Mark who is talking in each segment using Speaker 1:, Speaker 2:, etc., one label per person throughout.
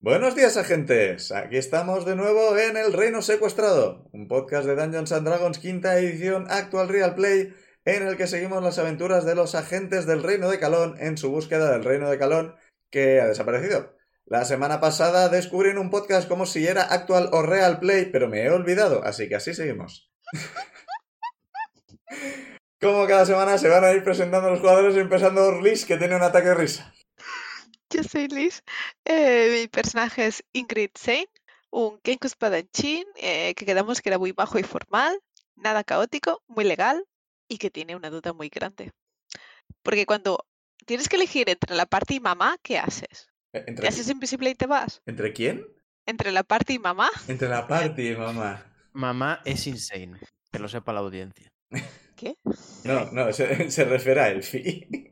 Speaker 1: Buenos días, agentes. Aquí estamos de nuevo en El Reino Secuestrado, un podcast de Dungeons and Dragons quinta edición Actual Real Play, en el que seguimos las aventuras de los agentes del Reino de Calón en su búsqueda del Reino de Calón, que ha desaparecido. La semana pasada descubrí en un podcast como si era Actual o Real Play, pero me he olvidado, así que así seguimos. como cada semana se van a ir presentando los jugadores, empezando Orlis, que tiene un ataque de risa.
Speaker 2: Yo soy Liz. eh, mi personaje es Ingrid Zane, un Kenku espadachín eh, que quedamos que era muy bajo y formal, nada caótico, muy legal y que tiene una duda muy grande. Porque cuando tienes que elegir entre la parte y mamá, ¿qué haces?
Speaker 1: Eh,
Speaker 2: ¿Te
Speaker 1: ¿Entre,
Speaker 2: haces invisible y te vas?
Speaker 1: ¿Entre quién?
Speaker 2: ¿Entre la parte y mamá?
Speaker 1: Entre la party, mamá.
Speaker 3: Mamá es insane. Que lo sepa la audiencia.
Speaker 1: No, no, se, se refiere a Elfi.
Speaker 3: Eh,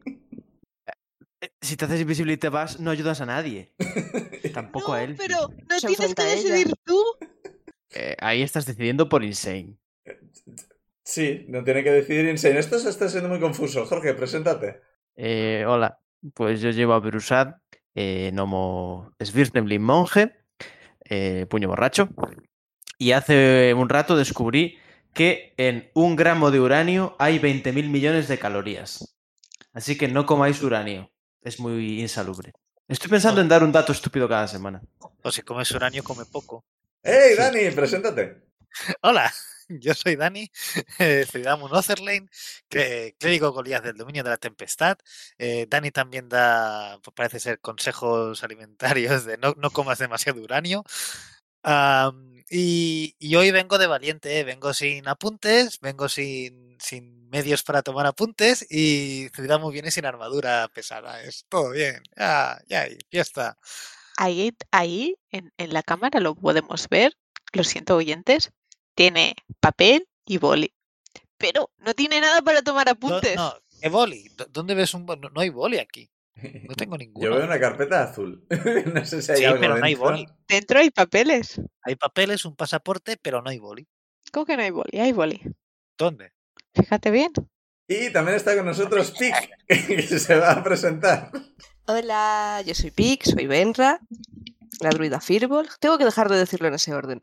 Speaker 3: Si te haces invisible y te vas, no ayudas a nadie. Tampoco
Speaker 2: no,
Speaker 3: a él.
Speaker 2: pero no
Speaker 4: Se
Speaker 2: tienes que
Speaker 4: enfrenta a ella.
Speaker 2: decidir tú.
Speaker 3: Eh, ahí estás decidiendo por insane.
Speaker 1: Sí, no tiene que decidir Insane. Esto se está siendo muy confuso. Jorge, preséntate.
Speaker 3: Eh, hola, pues yo llevo a Brusad, eh, Nomo Svirneblin Monje, eh, puño borracho. Y hace un rato descubrí que en un gramo de uranio hay 20.000 millones de calorías. Así que no comáis uranio. Es muy insalubre. Estoy pensando en dar un dato estúpido cada semana.
Speaker 5: O si comes uranio, come poco.
Speaker 1: ¡Ey, Dani, preséntate!
Speaker 6: Hola, yo soy Dani, eh, ciudadano Otherlane, que- clérigo Goliath del dominio de la tempestad. Eh, Dani también da, pues, parece ser, consejos alimentarios de no, no comas demasiado uranio. Am, y, y hoy vengo de valiente, eh, vengo sin apuntes, vengo sin, sin medios para tomar apuntes y Ciudadamo viene sin armadura pesada. Es todo bien, ya, ya, y fiesta.
Speaker 2: Ahí, ahí en, en la cámara lo podemos ver, lo siento oyentes, tiene papel y boli. Pero no tiene nada para tomar
Speaker 6: No,
Speaker 2: apuntes.
Speaker 6: no, ¿qué boli? ¿Dó- ¿Dónde ves un boli? No, no hay boli aquí, no tengo ninguno.
Speaker 1: Yo veo una carpeta azul. no sé si hay
Speaker 6: Sí,
Speaker 1: algo
Speaker 6: pero no hay
Speaker 1: dentro.
Speaker 6: boli.
Speaker 2: Dentro hay papeles.
Speaker 6: Hay papeles, un pasaporte, pero no hay boli.
Speaker 2: ¿Cómo que no hay boli? Hay boli.
Speaker 6: ¿Dónde?
Speaker 2: Fíjate bien.
Speaker 1: Y también está con nosotros Pic, que se va a presentar.
Speaker 4: Hola, yo soy Pix, soy Benra, la druida Firbol. Tengo que dejar de decirlo en ese orden.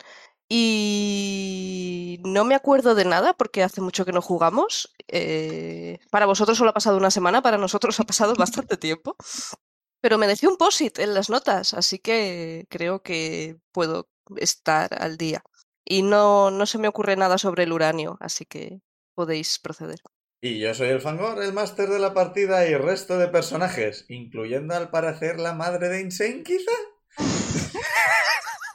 Speaker 4: Y no me acuerdo de nada porque hace mucho que no jugamos. eh, para vosotros solo ha pasado una semana, para nosotros ha pasado bastante tiempo. Pero me dejé un posit en las notas, así que creo que puedo estar al día. Y no, no se me ocurre nada sobre el uranio, así que podéis proceder.
Speaker 1: Y yo soy el Fangor, el máster de la partida y resto de personajes, incluyendo al parecer la madre de Insane, quizá.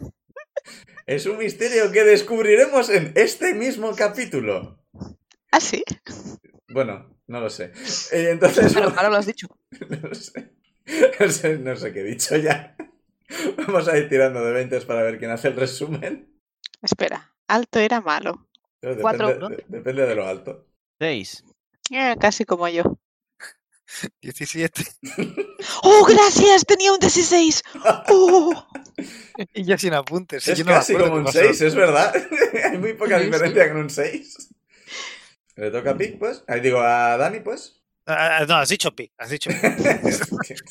Speaker 1: es un misterio que descubriremos en este mismo capítulo.
Speaker 2: Ah, sí.
Speaker 1: Bueno, no lo sé. Eh, Entonces,
Speaker 4: Ahora ahora lo has dicho.
Speaker 1: No sé. No sé, no sé qué he dicho ya. Vamos a ir tirando de 20 para ver quién hace el resumen.
Speaker 2: Espera. Alto era malo.
Speaker 1: Pero
Speaker 4: Cuatro,
Speaker 1: depende,
Speaker 4: ¿no?
Speaker 1: de, depende de lo alto.
Speaker 3: Seis.
Speaker 2: Eh, casi como yo.
Speaker 6: 17.
Speaker 2: ¡Oh, gracias! Tenía un 16. ¡Oh!
Speaker 6: Y ya sin apuntes. si
Speaker 1: es
Speaker 6: yo no me
Speaker 1: casi
Speaker 6: acuerdo
Speaker 1: como
Speaker 6: qué
Speaker 1: un
Speaker 6: pasó.
Speaker 1: 6, es verdad. Hay muy poca
Speaker 4: Sí,
Speaker 1: diferencia con un 6. Le toca a Pic, pues. Ahí digo, a Dani, pues.
Speaker 6: Ah, ah, no, has dicho pi, has dicho pi.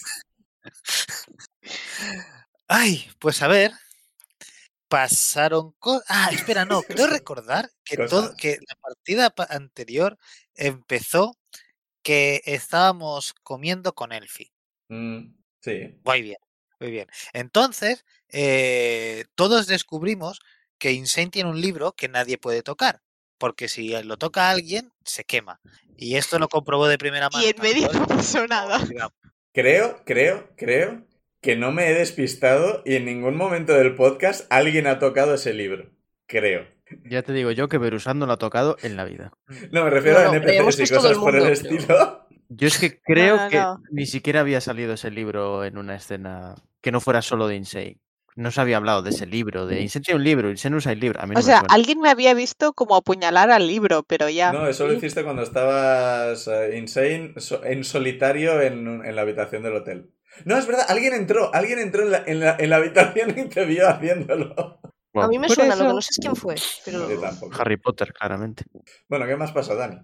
Speaker 6: Ay, pues a ver. Pasaron cosas. Ah, espera, no. Creo recordar que, todo,
Speaker 1: Cosas.
Speaker 6: que la partida pa- anterior empezó que estábamos comiendo con Elfi.
Speaker 1: Mm, sí.
Speaker 6: Muy bien, muy bien. Entonces, eh, todos descubrimos que Insane tiene un libro que nadie puede tocar, porque si lo toca alguien, se quema. Y esto lo comprobó de primera mano.
Speaker 2: Y en
Speaker 6: tanto
Speaker 2: medio
Speaker 6: él
Speaker 2: no pasó
Speaker 6: como
Speaker 2: nada.
Speaker 6: Ciudad.
Speaker 1: Creo, creo, creo que no me he despistado y en ningún momento del podcast alguien ha tocado ese libro. Creo.
Speaker 3: Ya te digo yo que Berusán no lo ha tocado en la vida.
Speaker 1: No, me refiero
Speaker 4: No,
Speaker 1: a
Speaker 4: no,
Speaker 1: NPCs
Speaker 4: creemos que
Speaker 1: y
Speaker 4: es todo
Speaker 1: cosas
Speaker 4: el
Speaker 1: por el
Speaker 4: mundo,
Speaker 1: estilo.
Speaker 3: Yo es que creo
Speaker 2: no,
Speaker 3: que
Speaker 2: no.
Speaker 3: ni siquiera había salido ese libro en una escena que no fuera solo de Insane. No se había hablado de ese libro, de Insane tiene un libro, Insane usa el libro. A mí no
Speaker 2: O
Speaker 3: me
Speaker 2: sea,
Speaker 3: suena.
Speaker 2: alguien me había visto como apuñalar al libro, pero ya.
Speaker 1: No, eso lo hiciste cuando estabas eh, insane, so- en solitario en, un- en la habitación del hotel. No, es verdad, alguien entró, alguien entró en la, en la- en la habitación y te vio haciéndolo.
Speaker 4: A mí me
Speaker 2: Por
Speaker 4: suena, lo que
Speaker 2: eso-
Speaker 4: no sé es quién fue. Pero...
Speaker 1: No, yo tampoco.
Speaker 3: Harry Potter, claramente.
Speaker 1: Bueno, ¿qué más pasa, Dani?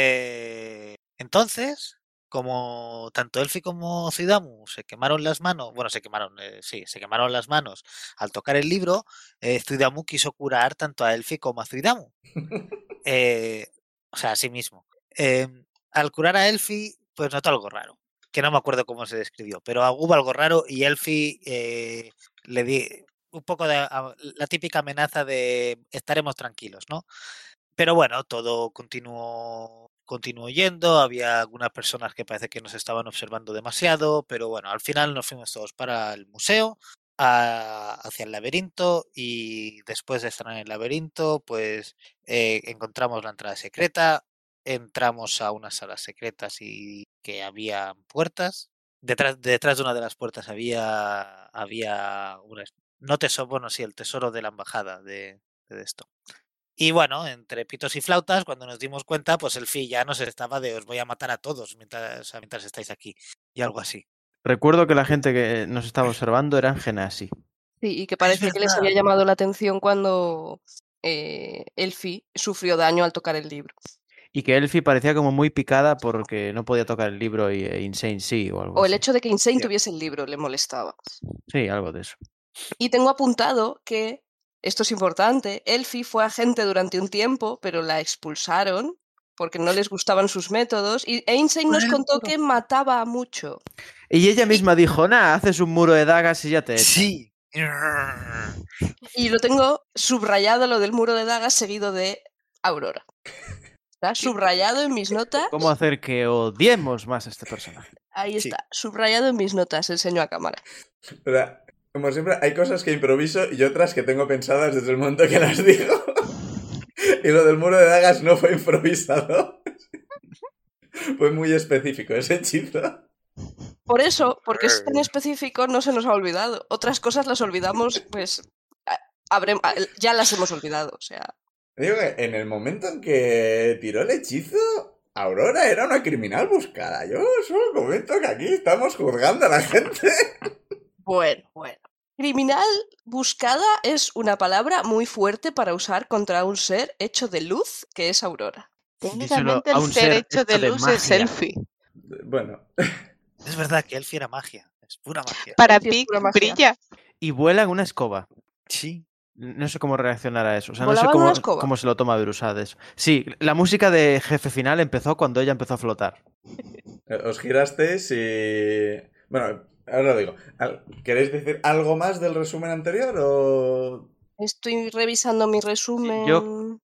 Speaker 6: Eh, entonces, como tanto Elfi como Zidamu se quemaron las manos, bueno, se quemaron, eh, sí, se quemaron las manos al tocar el libro, eh, Zuidamu quiso curar tanto a Elfi como a Zuidamu. Eh, o sea, a sí mismo. Eh, al curar a Elfi, pues notó algo raro, que no me acuerdo cómo se describió, pero hubo algo raro y Elfi eh, le di un poco de a- la típica amenaza de estaremos tranquilos, ¿no? Pero bueno, todo continuó, continuó yendo. Había algunas personas que parece que nos estaban observando demasiado, pero bueno, al final nos fuimos todos para el museo, a- hacia el laberinto, y después de estar en el laberinto, pues eh, encontramos la entrada secreta, entramos a unas salas secretas y que había puertas. Detrás, detrás de una de las puertas había, había una, es- no tesoro, bueno, sí, el tesoro de la embajada de- de esto. Y bueno, entre pitos y flautas, cuando nos dimos cuenta, pues el Fi ya nos estaba de os voy a matar a todos mientras, o sea, mientras estáis aquí. Y algo así.
Speaker 3: Recuerdo que la gente que nos estaba observando eran genasi.
Speaker 4: Sí, y que parece que les había
Speaker 6: verdad.
Speaker 4: llamado la atención cuando eh, Elfie sufrió daño al tocar el libro.
Speaker 3: Y que Elfie parecía como muy picada porque no podía tocar el libro y eh, Insane sí o algo
Speaker 4: O el
Speaker 3: así.
Speaker 4: hecho de que
Speaker 6: Oh,
Speaker 4: Insane
Speaker 6: Cierto.
Speaker 4: tuviese el libro le molestaba.
Speaker 3: Sí, algo de eso.
Speaker 4: Y tengo apuntado que, esto es importante, Elfie fue agente durante un tiempo, pero la expulsaron porque no les gustaban sus métodos. Y e Insane nos contó que mataba mucho.
Speaker 3: Y ella misma dijo, nah, haces un muro de dagas y ya te... echan".
Speaker 6: Sí.
Speaker 4: Y lo tengo subrayado lo del muro de dagas seguido de Aurora. Está subrayado en mis notas.
Speaker 3: ¿Cómo hacer que odiemos más a este personaje?
Speaker 4: Ahí
Speaker 6: Sí.
Speaker 4: está, subrayado en mis notas, enseño a cámara.
Speaker 1: O sea, como siempre, hay cosas que improviso y otras que tengo pensadas desde el momento que las digo. y lo del muro de dagas no fue improvisado. fue muy específico ese hechizo.
Speaker 4: Por eso, porque es tan específico, no se nos ha olvidado. Otras cosas las olvidamos, pues a- habrem- a- ya las hemos olvidado. O sea,
Speaker 1: Digo que en el momento en que tiró el hechizo, Aurora era una criminal buscada. Yo solo comento que aquí estamos juzgando a la gente.
Speaker 4: bueno, bueno. Criminal buscada es una palabra muy fuerte para usar contra un ser hecho de luz, que es Aurora.
Speaker 2: Técnicamente
Speaker 3: a
Speaker 2: el
Speaker 3: un
Speaker 2: ser
Speaker 3: ser
Speaker 2: hecho de
Speaker 3: hecho de
Speaker 2: luz
Speaker 3: magia.
Speaker 2: es selfie.
Speaker 1: Bueno,
Speaker 6: Es verdad que Elfi era magia. Es pura magia.
Speaker 2: Para
Speaker 4: Sí, es
Speaker 2: Pic
Speaker 4: pura magia.
Speaker 2: brilla.
Speaker 3: Y vuela en una escoba.
Speaker 6: Sí.
Speaker 3: No sé cómo reaccionar a eso. O sea, no sé
Speaker 4: Volaba en una
Speaker 3: cómo,
Speaker 4: escoba.
Speaker 3: cómo se lo toma Berusad eso. Sí, la música de jefe final empezó cuando ella empezó a flotar.
Speaker 1: eh, os girasteis y... Bueno, ahora lo digo. Al- ¿Queréis decir algo más del resumen anterior o...?
Speaker 4: Estoy revisando mi resumen.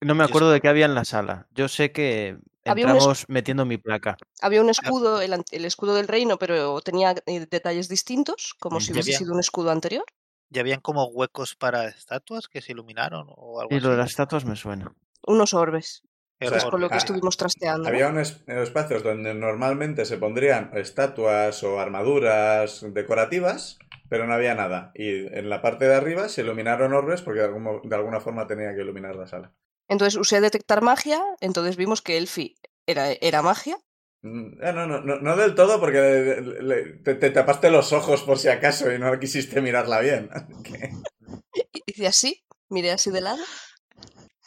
Speaker 3: No me
Speaker 6: Yo
Speaker 3: acuerdo de qué había en la sala. Yo sé que
Speaker 4: Había un es-
Speaker 3: entramos metiendo mi placa.
Speaker 4: Había un escudo, el, an- el escudo del reino, pero tenía eh, detalles distintos, como si
Speaker 3: Ya
Speaker 4: hubiese
Speaker 6: había-
Speaker 4: sido un escudo anterior.
Speaker 6: Y habían como huecos para estatuas que se iluminaron o algo
Speaker 3: Y lo de
Speaker 6: así.
Speaker 3: las estatuas me suena.
Speaker 4: Unos orbes,
Speaker 6: Qué
Speaker 1: O sea,
Speaker 4: es con lo que
Speaker 6: horror.
Speaker 1: ah,
Speaker 4: estuvimos trasteando. ¿no?
Speaker 1: Había unos espacios donde normalmente se pondrían estatuas o armaduras decorativas, pero no había nada. Y en la parte de arriba se iluminaron orbes porque de, algún mo- de alguna forma tenía que iluminar la sala.
Speaker 4: Entonces usé detectar magia, entonces vimos que Elfi era, era magia.
Speaker 1: Mm, ah, No, no, no, no del todo porque le- le- le- te, te tapaste los ojos por si acaso y no quisiste mirarla bien. Así que-
Speaker 4: Y hice así, miré así de lado.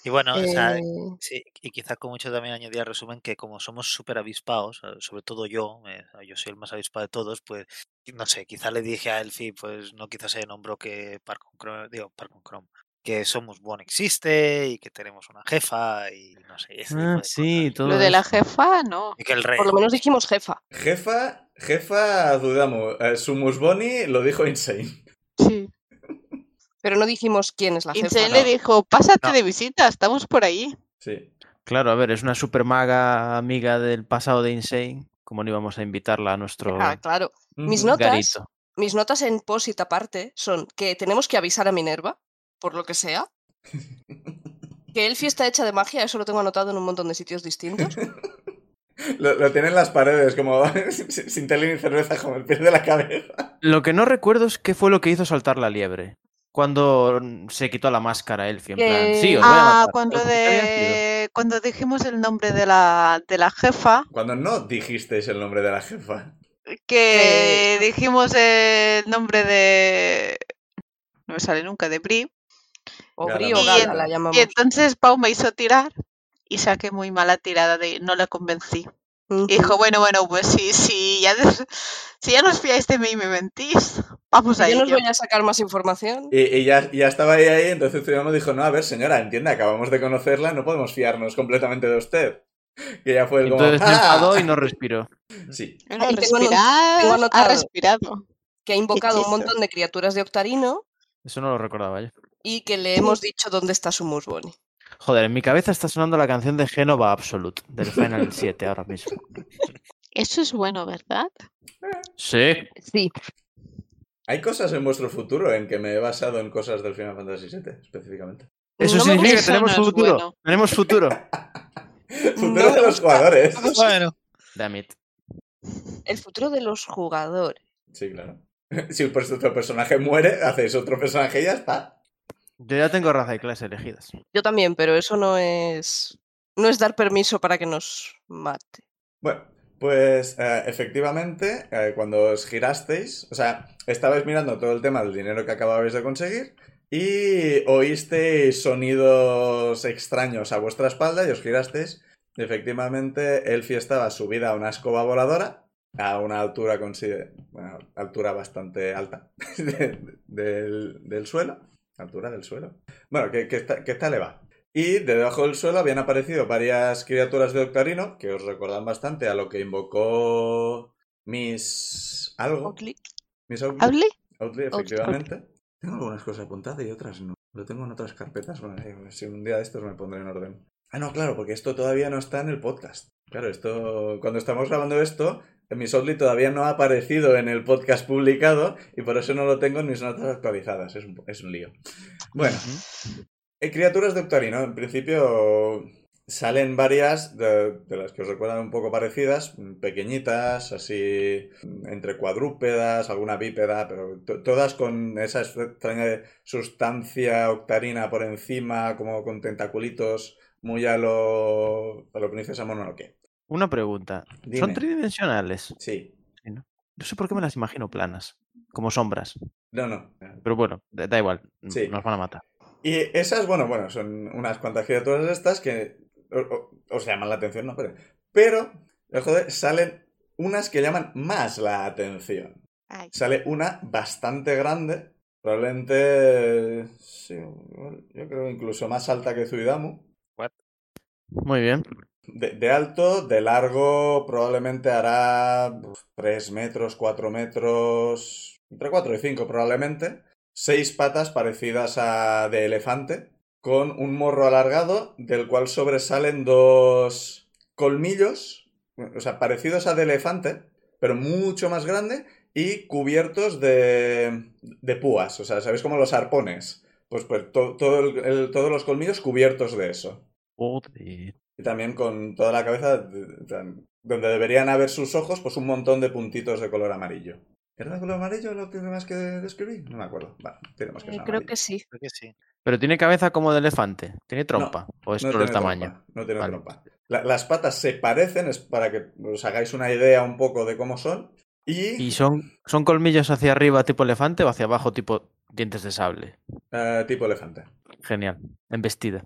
Speaker 6: Y bueno, o sea,
Speaker 4: eh,
Speaker 6: Sí, y quizás con mucho también añadía al resumen que como somos súper avispados, eh, sobre todo yo, eh, yo soy el más avispado de todos, pues no sé, quizás le dije a Elfi, pues no quizás se nombró que Parcon Chrome, digo, Parcon Chrome, que Somos Bon existe y que tenemos una jefa y no sé, ese tipo
Speaker 3: Ah,
Speaker 6: de
Speaker 3: sí,
Speaker 6: cosas.
Speaker 3: todo
Speaker 2: Lo de la
Speaker 3: eso.
Speaker 2: jefa, no.
Speaker 6: Y que el rey,
Speaker 4: por lo menos dijimos jefa.
Speaker 1: Jefa, jefa Dudamu, eh, Sumus Boni lo dijo Insane.
Speaker 2: Sí.
Speaker 4: Pero no dijimos quién es la jefa.
Speaker 2: Insane le
Speaker 6: No.
Speaker 2: dijo, pásate
Speaker 6: No.
Speaker 2: de visita, estamos por ahí.
Speaker 1: Sí.
Speaker 3: Claro, a ver, es una super maga amiga del pasado de Insane. ¿Cómo no íbamos a invitarla a nuestro
Speaker 4: Ah, claro. Mis
Speaker 1: Ujú.
Speaker 4: notas.
Speaker 3: garito?
Speaker 4: Mis notas en POSIT aparte son que tenemos que avisar a Minerva, por lo que sea. Que Elfi está hecha de magia, eso lo tengo anotado en un montón de sitios distintos.
Speaker 1: Lo, lo tienen las paredes, como sin sin tele ni cerveza, como el pie de la cabeza.
Speaker 3: Lo que no recuerdo es qué fue lo que hizo saltar la liebre. Cuando mm, se quitó la máscara Elfie, en plan,
Speaker 4: Eh,
Speaker 3: sí, os voy a
Speaker 2: Ah,
Speaker 3: matar".
Speaker 2: cuando,
Speaker 3: Pero, ¿qué había sido?
Speaker 2: de, cuando dijimos el nombre de la, de la jefa,
Speaker 1: Cuando no dijisteis el nombre de la jefa.
Speaker 2: que dijimos el nombre de... No me sale nunca, de Bri.
Speaker 4: O
Speaker 1: Gala,
Speaker 4: Bri o
Speaker 2: ¿no? Y
Speaker 4: Gala
Speaker 2: en-
Speaker 4: la llamamos.
Speaker 2: Y entonces Pau me hizo tirar y saqué muy mala tirada de no la convencí.
Speaker 4: Ujú.
Speaker 2: Y dijo, bueno, bueno, pues sí, sí, ya, des- si ya nos fiáis de mí y me mentís, vamos a
Speaker 4: Yo no os
Speaker 2: ello.
Speaker 4: voy a sacar más información.
Speaker 1: Y, y ya, ya estaba ahí, ahí, entonces Trivamo dijo, no, a ver, señora, entiende, acabamos de conocerla, no podemos fiarnos completamente de usted. Que ya fue el como,
Speaker 3: Entonces se
Speaker 1: "Ah".
Speaker 3: enfadó y no respiró.
Speaker 1: Sí,
Speaker 2: Bueno,
Speaker 4: Ay, tengo anot-
Speaker 2: respirar,
Speaker 4: tengo
Speaker 2: ha
Speaker 4: anotado.
Speaker 2: respirado.
Speaker 4: Que ha invocado un
Speaker 2: Hechizo.
Speaker 4: montón de criaturas de Octarino
Speaker 3: Eso no lo recordaba yo.
Speaker 4: y que le hemos dicho dónde está su Musboni.
Speaker 3: Joder, en mi cabeza está sonando la canción de Genova Absolute, del Final 7 ahora mismo.
Speaker 2: Eso es bueno, ¿verdad?
Speaker 3: Sí,
Speaker 4: Sí.
Speaker 1: hay cosas en vuestro futuro en que me he basado en cosas del Final Fantasy VII, específicamente.
Speaker 3: eso
Speaker 4: No me
Speaker 3: significa que
Speaker 2: gusta.
Speaker 3: tenemos
Speaker 2: Eso no es
Speaker 3: futuro.
Speaker 2: bueno.
Speaker 3: Tenemos futuro.
Speaker 1: Futuro
Speaker 4: me
Speaker 1: de los jugadores.
Speaker 6: Bueno,
Speaker 3: Damn it.
Speaker 4: El futuro de los jugadores.
Speaker 1: Sí, claro. Si vuestro personaje muere, hacéis otro personaje y ya está.
Speaker 3: Yo ya tengo raza y clase elegidas.
Speaker 4: Yo también, pero eso no es. No es dar permiso para que nos mate.
Speaker 1: Bueno, pues eh, efectivamente, eh, cuando os girasteis, o sea, estabais mirando todo el tema del dinero que acababais de conseguir y oísteis sonidos extraños a vuestra espalda y os girasteis. Y efectivamente, Elfie estaba subida a una escoba voladora a una altura consider- bueno, altura bastante alta de- del, del suelo. Altura del suelo. Bueno, que, que está, que está elevada. Y de debajo del suelo habían aparecido varias criaturas de Octarino que os recordan bastante a lo que invocó Miss algo.
Speaker 4: Oakley.
Speaker 1: Miss Oakley.
Speaker 2: ¿Hable?
Speaker 1: Outley, efectivamente. Tengo algunas cosas apuntadas y otras no. Lo tengo en otras carpetas. Bueno, eh, si un día de estos me pondré en orden. Ah, no, claro, porque esto todavía no está en el podcast. Claro, esto. Cuando estamos grabando esto, Miss Outley todavía no ha aparecido en el podcast publicado y por eso no lo tengo en mis notas actualizadas. Es un, es un lío. Bueno, eh, criaturas de Octarino. En principio salen varias de, de las que os recuerdan un poco parecidas, mm, pequeñitas, así mm, entre cuadrúpedas, alguna bípeda, pero to- todas con esa extraña sustancia octarina por encima, como con tentaculitos, muy a lo, a lo princesa mononoke.
Speaker 3: Una pregunta.
Speaker 1: Dime.
Speaker 3: ¿Son tridimensionales?
Speaker 1: Sí.
Speaker 3: No sé por qué me las imagino planas, como sombras.
Speaker 1: No, no.
Speaker 3: Pero bueno, da da igual, n-
Speaker 1: Sí.
Speaker 3: nos van a matar.
Speaker 1: Y esas, bueno, bueno, son unas cuantas criaturas de estas que o- o- os llaman la atención, ¿no? Pero, pero eh, joder, salen unas que llaman más la atención.
Speaker 2: Ay.
Speaker 1: Sale una bastante grande. Probablemente. eh, Sí, igual, yo creo incluso más alta que Zuidamu.
Speaker 3: Muy bien.
Speaker 1: De, de alto, de largo, probablemente hará 3 metros, 4 metros. Entre 4 y 5, probablemente. Seis patas parecidas a de elefante. Con un morro alargado, del cual sobresalen dos colmillos. O sea, parecidos a de elefante, pero mucho más grande. Y cubiertos de, de púas. O sea, ¿sabéis como los arpones? Pues, pues to- todo el- el- todos los colmillos cubiertos de eso.
Speaker 3: Joder.
Speaker 1: Y también con toda la cabeza, de- de- donde deberían haber sus ojos, pues un montón de puntitos de color amarillo. ¿Era de color amarillo lo que más que describí? No me acuerdo. Vale, tenemos que
Speaker 4: Eh,
Speaker 1: ser
Speaker 4: creo
Speaker 1: amarillo.
Speaker 4: que sí.
Speaker 6: creo que sí.
Speaker 3: Pero tiene cabeza como de elefante. ¿Tiene trompa? ¿O es
Speaker 1: No
Speaker 3: solo el
Speaker 1: tiene
Speaker 3: este tamaño?
Speaker 1: trompa, no tiene
Speaker 3: Vale.
Speaker 1: trompa. La- las patas se parecen, es para que os hagáis una idea un poco de cómo son. Y,
Speaker 3: ¿Y son, son colmillos hacia arriba tipo elefante o hacia abajo tipo dientes de sable?
Speaker 1: eh, tipo elefante.
Speaker 3: Genial. Embestida.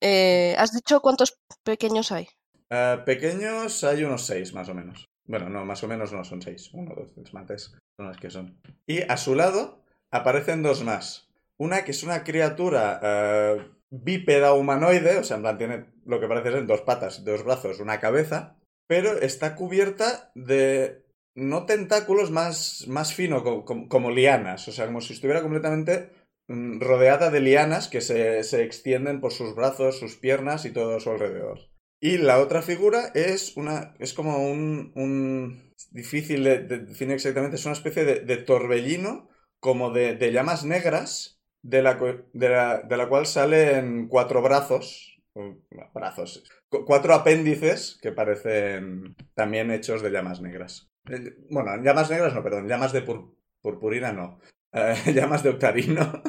Speaker 4: Eh, ¿Has dicho cuántos pequeños hay?
Speaker 1: Eh, pequeños hay unos seis, más o menos. Bueno, no, más o menos no, son seis. Uno, dos, tres, más tres. Son las que son. Y a su lado aparecen dos más. Una que es una criatura eh, bípeda humanoide, o sea, en plan tiene lo que parece ser dos patas, dos brazos, una cabeza, pero está cubierta de... No tentáculos más, más fino, co- co- como, lianas, o sea, como si estuviera completamente mm, rodeada de lianas que se, se extienden por sus brazos, sus piernas y todo a su alrededor. Y la otra figura es una. es como un. un es difícil de, de definir exactamente. Es una especie de, de torbellino, como de, de llamas negras, de la, cu- de la- de la cual salen cuatro brazos. mm, Brazos. cu- cuatro apéndices que parecen también hechos de llamas negras. Eh, Bueno, llamas negras no, perdón, llamas de pur- purpurina no. Eh, llamas de octarino.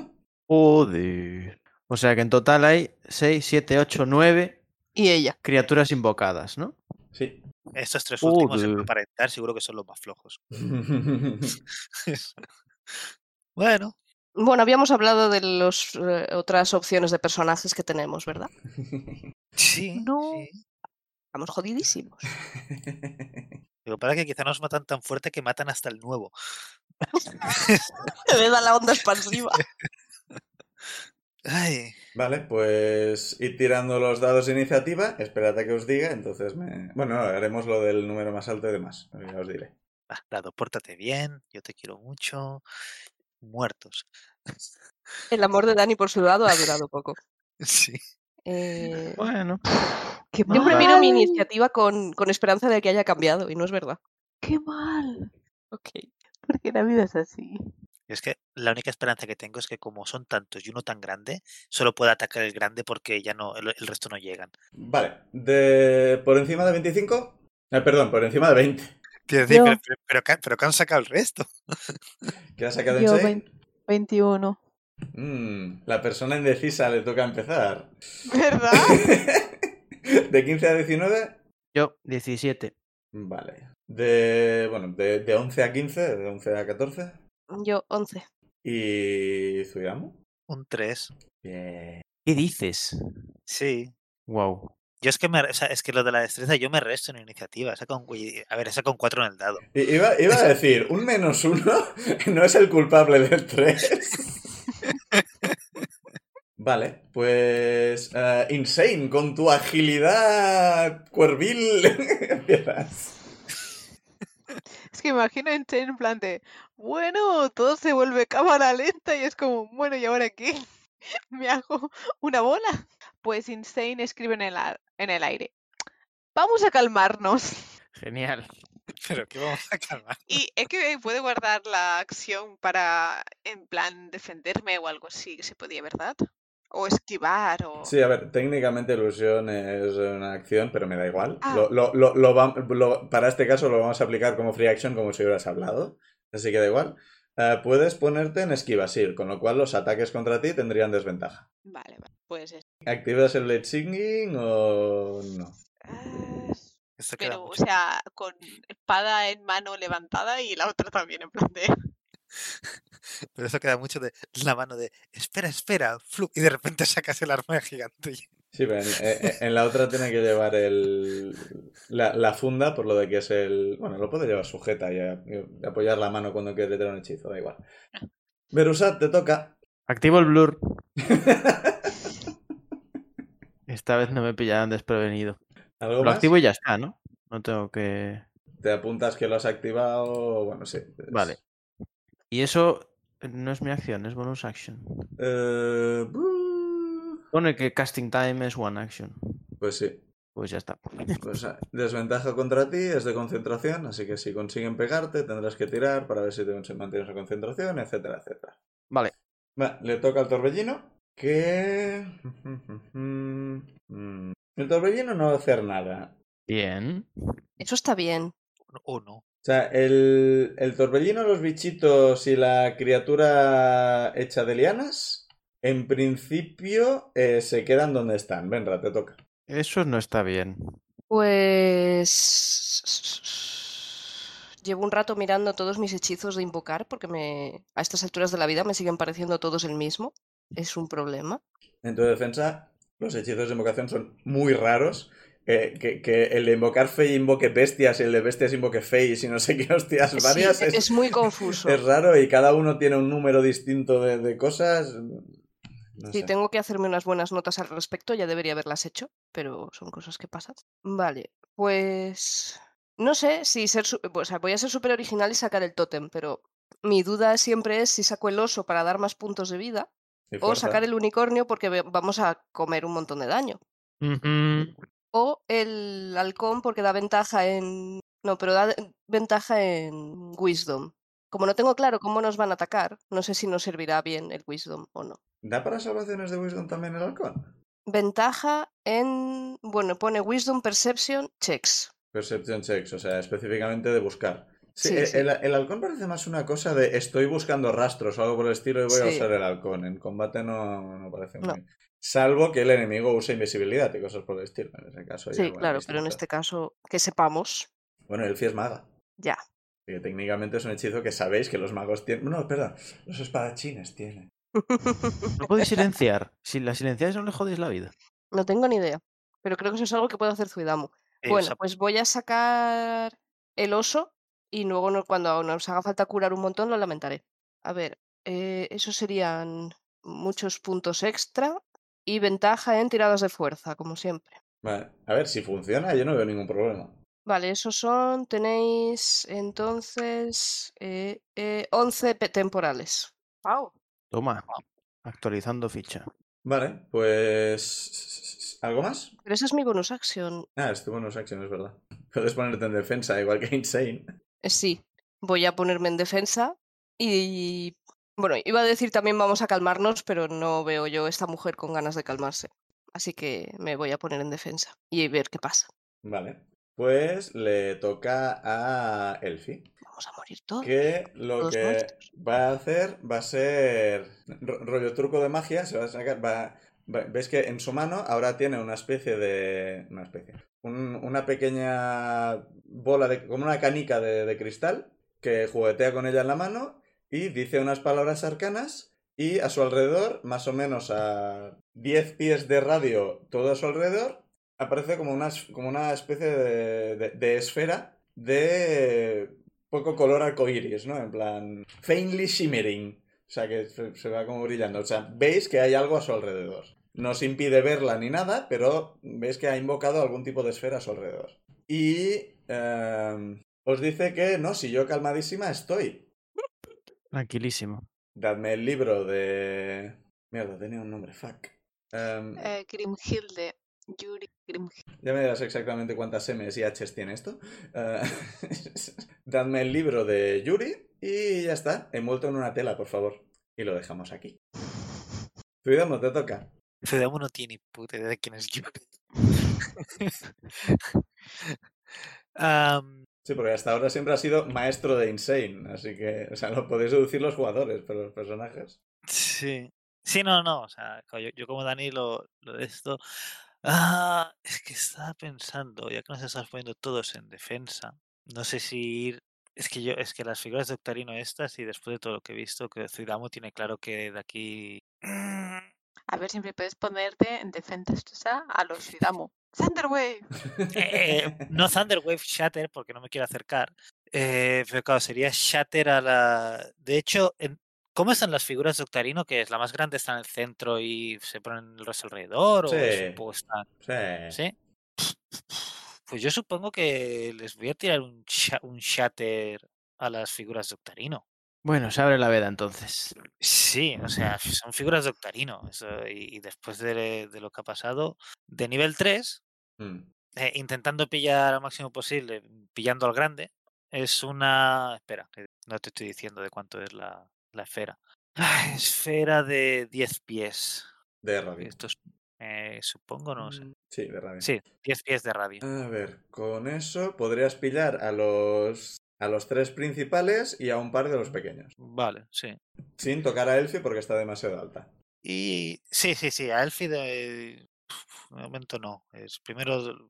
Speaker 3: Joder. O sea que en total hay 6, 7, 8, 9
Speaker 4: Y ella.
Speaker 3: criaturas invocadas, ¿no?
Speaker 1: Sí.
Speaker 6: Estos
Speaker 3: Uh,
Speaker 6: tres últimos, en
Speaker 3: Joder.
Speaker 6: aparentar, seguro que son los más flojos. bueno,
Speaker 4: Bueno, habíamos hablado de las otras opciones de personajes que tenemos, ¿verdad?
Speaker 6: sí.
Speaker 4: No.
Speaker 6: sí.
Speaker 4: Estamos jodidísimos.
Speaker 6: Digo, para que quizá nos matan tan fuerte que matan hasta el nuevo.
Speaker 4: Me da la onda expansiva.
Speaker 6: Ay,
Speaker 1: Vale, pues ir tirando los dados de iniciativa. Esperad a que os diga, entonces me... Bueno, no, haremos lo del número más alto y demás. Ya os diré.
Speaker 6: va, Ah, Dado, pórtate bien, yo te quiero mucho. Muertos.
Speaker 4: El amor de Dani por su lado ha durado poco.
Speaker 6: Sí.
Speaker 4: Eh,
Speaker 3: Bueno.
Speaker 2: ¡Qué mal!
Speaker 4: yo prefiero mi iniciativa con, con esperanza de que haya cambiado, y no es verdad.
Speaker 2: ¡Qué mal!
Speaker 4: Ok.
Speaker 2: Porque la vida es así.
Speaker 6: Y es que la única esperanza que tengo es que como son tantos y uno tan grande, solo pueda atacar el grande porque ya no, el, el resto no llegan.
Speaker 1: Vale, de... ¿por encima de 25? Eh, perdón, por encima de 20.
Speaker 6: Quiero
Speaker 2: decir, pero-
Speaker 6: pero, que, han sacado el resto.
Speaker 1: ¿Qué ha sacado en
Speaker 2: Yo,
Speaker 1: seis?
Speaker 2: 21.
Speaker 1: Mm, la persona indecisa le toca empezar.
Speaker 2: ¿Verdad?
Speaker 1: ¿De 15 a 19?
Speaker 3: Yo, 17.
Speaker 1: Vale. De, bueno, de, de 11 a 15, de 11 a 14.
Speaker 4: Yo, 11.
Speaker 1: ¿Y Zuidamu?
Speaker 6: Un 3.
Speaker 1: Bien.
Speaker 3: ¿Qué dices?
Speaker 6: Sí.
Speaker 3: Wow.
Speaker 6: Yo es que me, o sea, es que lo de la destreza yo me resto en iniciativa. Saca un- uy, a ver, he sacado un 4 en el dado.
Speaker 1: I- Iba, iba a decir, un menos uno no es el culpable del 3. Vale, pues eh, Insane, con tu agilidad cuervil empiezas.
Speaker 2: Es que imagino en Chen en plan de, bueno, todo se vuelve cámara lenta y es como, bueno, ¿y ahora qué? ¿Me hago una bola? Pues Insane escribe en el, ar- en el aire. Vamos a calmarnos.
Speaker 3: Genial.
Speaker 6: Pero que vamos a calmar.
Speaker 2: Y es que puede guardar la acción para, en plan, defenderme o algo así, que se podía, ¿verdad? O esquivar o...
Speaker 1: Sí, a ver, técnicamente ilusión es una acción, pero me da igual.
Speaker 2: Ah.
Speaker 1: Lo, lo- lo- lo va- lo- para este caso lo vamos a aplicar como free action, como si hubieras hablado. Así que da igual. Eh, puedes ponerte en esquivasir, con lo cual los ataques contra ti tendrían desventaja.
Speaker 2: Vale, vale. Pues es-
Speaker 1: ¿Activas el Blade Singing o no?
Speaker 2: Ah,
Speaker 6: Esto queda
Speaker 2: Pero, o
Speaker 6: mucho.
Speaker 2: sea, con espada en mano levantada y la otra también, en plan de...
Speaker 6: Pero eso queda mucho de la mano de espera, espera, flu, y de repente sacas el arma gigante. y-
Speaker 1: Sí, pero en, en- en la otra tiene que llevar el, la, la funda, por lo de que es el... Bueno, lo puede llevar sujeta y, a- y apoyar la mano cuando quiere tirar un hechizo, da igual. Berusat, te toca.
Speaker 3: Activo el blur. Esta vez no me pillarán desprevenido.
Speaker 1: ¿Algo
Speaker 3: Lo
Speaker 1: más?
Speaker 3: activo y ya está, ¿no? No tengo que.
Speaker 1: Te apuntas que lo has activado. Bueno, sí. es-
Speaker 3: Vale. Y eso no es mi acción, es bonus action.
Speaker 1: Eh, buh.
Speaker 3: Pone que casting time es one action.
Speaker 1: Pues sí.
Speaker 3: Pues ya está.
Speaker 1: Pues, ah, desventaja contra ti es de concentración, así que si consiguen pegarte tendrás que tirar para ver si te si mantienes la concentración, etcétera, etcétera.
Speaker 3: Vale.
Speaker 1: Va, le toca al torbellino que... Mm, El torbellino no va a hacer nada.
Speaker 3: Bien.
Speaker 4: Eso está bien.
Speaker 6: Uno.
Speaker 1: O sea, el, el torbellino, los bichitos y la criatura hecha de lianas, en principio eh, se quedan donde están. Venra, te toca.
Speaker 3: Eso no está bien.
Speaker 4: Pues. Llevo un rato mirando todos mis hechizos de invocar porque me, a estas alturas de la vida me siguen pareciendo todos el mismo. Es un problema.
Speaker 1: En tu defensa, los hechizos de invocación son muy raros. eh, que, que el de invocar fe invoque bestias y el de bestias invoque fe y si no sé qué hostias
Speaker 4: Sí,
Speaker 1: varias
Speaker 4: es,
Speaker 1: es,
Speaker 4: muy confuso.
Speaker 1: es raro y cada uno tiene un número distinto de, de cosas. No
Speaker 4: Si
Speaker 1: sé.
Speaker 4: tengo que hacerme unas buenas notas al respecto, ya debería haberlas hecho, pero son cosas que pasan. Vale, pues no sé si ser, su- o sea, voy a ser súper original y sacar el tótem, pero mi duda siempre es si saco el oso para dar más puntos de vida
Speaker 1: Y
Speaker 4: o
Speaker 1: fuerza.
Speaker 4: sacar el unicornio porque ve- vamos a comer un montón de daño o el halcón porque da ventaja en no, pero da de- ventaja en wisdom. Como no tengo claro cómo nos van a atacar, no sé si nos servirá bien el wisdom o no.
Speaker 1: ¿Da para salvaciones de Wisdom también el halcón?
Speaker 4: Ventaja en. Bueno, pone Wisdom Perception Checks.
Speaker 1: Perception checks, o sea, específicamente de buscar. Sí,
Speaker 4: Sí,
Speaker 1: eh,
Speaker 4: sí.
Speaker 1: El, el halcón parece más una cosa de estoy buscando rastros o algo por el estilo y voy a
Speaker 4: Sí.
Speaker 1: usar el halcón. En combate no, no parece muy
Speaker 4: No.
Speaker 1: bien. Salvo que el enemigo use invisibilidad y cosas por el estilo. En ese caso ya
Speaker 4: Sí,
Speaker 1: bueno,
Speaker 4: claro,
Speaker 1: distinto.
Speaker 4: pero en este caso, que sepamos,
Speaker 1: Bueno, el Fi es maga.
Speaker 4: ya.
Speaker 1: Que técnicamente es un hechizo que sabéis que los magos tienen. No, perdón, los espadachines tienen.
Speaker 3: No podéis silenciar. Si la silenciáis, no le jodéis la vida.
Speaker 4: No tengo ni idea. Pero creo que eso es algo que puede hacer Zuidamu.
Speaker 6: Eh,
Speaker 4: Bueno,
Speaker 6: sap-
Speaker 4: pues voy a sacar el oso y luego no- cuando nos haga falta curar un montón lo lamentaré. A ver, eh, eso serían muchos puntos extra y ventaja en tiradas de fuerza, como siempre.
Speaker 1: Vale, a ver, si funciona, yo no veo ningún problema.
Speaker 4: Vale, esos son, tenéis entonces eh, eh, 11 pe- temporales. ¡Wow!
Speaker 3: Toma, actualizando ficha.
Speaker 1: Vale, pues. ¿Algo más?
Speaker 4: Pero esa es mi bonus action.
Speaker 1: Ah, estuvo en los actions, es verdad. Puedes ponerte en defensa, igual que Insane.
Speaker 4: Eh, Sí, voy a ponerme en defensa y bueno, iba a decir también vamos a calmarnos, pero no veo yo esta mujer con ganas de calmarse. Así que me voy a poner en defensa y ver qué pasa.
Speaker 1: Vale. Pues le toca a Elfi.
Speaker 4: Vamos a morir todos.
Speaker 1: Que lo
Speaker 4: Todos
Speaker 1: que
Speaker 4: muertos.
Speaker 1: va a hacer va a ser ro- rollo truco de magia, se va a sacar, va, va- veis que en su mano ahora tiene una especie de, una especie, un- una pequeña bola de, como una canica de, de cristal que juguetea con ella en la mano y dice unas palabras arcanas y a su alrededor, más o menos a 10 pies de radio todo a su alrededor, aparece como una, es- como una especie de, de- de esfera de poco color arcoiris, ¿no? En plan, faintly shimmering. O sea, que se, se va como brillando. O sea, veis que hay algo a su alrededor. No os impide verla ni nada, pero veis que ha invocado algún tipo de esfera a su alrededor. Y em, os dice que, no, si yo calmadísima estoy.
Speaker 3: Tranquilísimo.
Speaker 1: Dadme el libro de... Mierda, tenía un nombre, fuck. Em,
Speaker 2: Eh, Grimhilde, Yuri Grimhilde.
Speaker 1: Ya me dirás exactamente cuántas M's y H's tiene esto. Eh, dadme el libro de Yuri y ya está. Envuelto en una tela, por favor. Y lo dejamos aquí. Cuidamos, te toca.
Speaker 6: Zuidamu no tiene puta idea de quién es Yuri. Am,
Speaker 1: Sí, porque hasta ahora siempre ha sido maestro de Insane. Así que, o sea, lo podéis deducir los jugadores, pero los personajes.
Speaker 6: sí. Sí, no, no. O sea, co- yo, yo como Dani lo, lo de esto. Ah, es que estaba pensando, ya que nos estamos poniendo todos en defensa. No sé si ir. Es que yo, es que las figuras de Octarino estas, y después de todo lo que he visto, que Zuidamu tiene claro que de aquí.
Speaker 2: A ver, siempre puedes ponerte en defensa estosa a los Suidamu. Thunderwave.
Speaker 6: Eh, eh, no Thunderwave Shatter, porque no me quiero acercar. eh, pero claro, sería Shatter a la. De hecho, en- ¿cómo están las figuras de Octarino? Que es la más grande, está en el centro y se ponen el resto alrededor. O es
Speaker 1: Sí.
Speaker 6: un poco está-
Speaker 1: Sí.
Speaker 6: ¿Sí? Pues yo supongo que les voy a tirar un, sha- un Shatter a las figuras de Octarino.
Speaker 3: Bueno, se abre la veda entonces.
Speaker 6: Sí, o sea, son figuras de Octarino. eso, y, y después de, de lo que ha pasado, de nivel 3,
Speaker 1: Mm.
Speaker 6: eh, intentando pillar al máximo posible, pillando al grande, es una... Espera, que no te estoy diciendo de cuánto es la, la esfera. Ah, esfera de 10 pies.
Speaker 1: De
Speaker 6: que
Speaker 1: radio.
Speaker 6: Esto es- eh, supongo, no
Speaker 4: Mm,
Speaker 6: sé.
Speaker 1: Sí, de radio.
Speaker 6: Sí, 10 pies de radio.
Speaker 1: A ver, con eso podrías pillar a los, a los tres principales y a un par de los pequeños.
Speaker 6: Vale, sí.
Speaker 1: Sin tocar a Elfi porque está demasiado alta.
Speaker 6: Y sí, sí, sí, a Elfi de... De momento no. Es primero...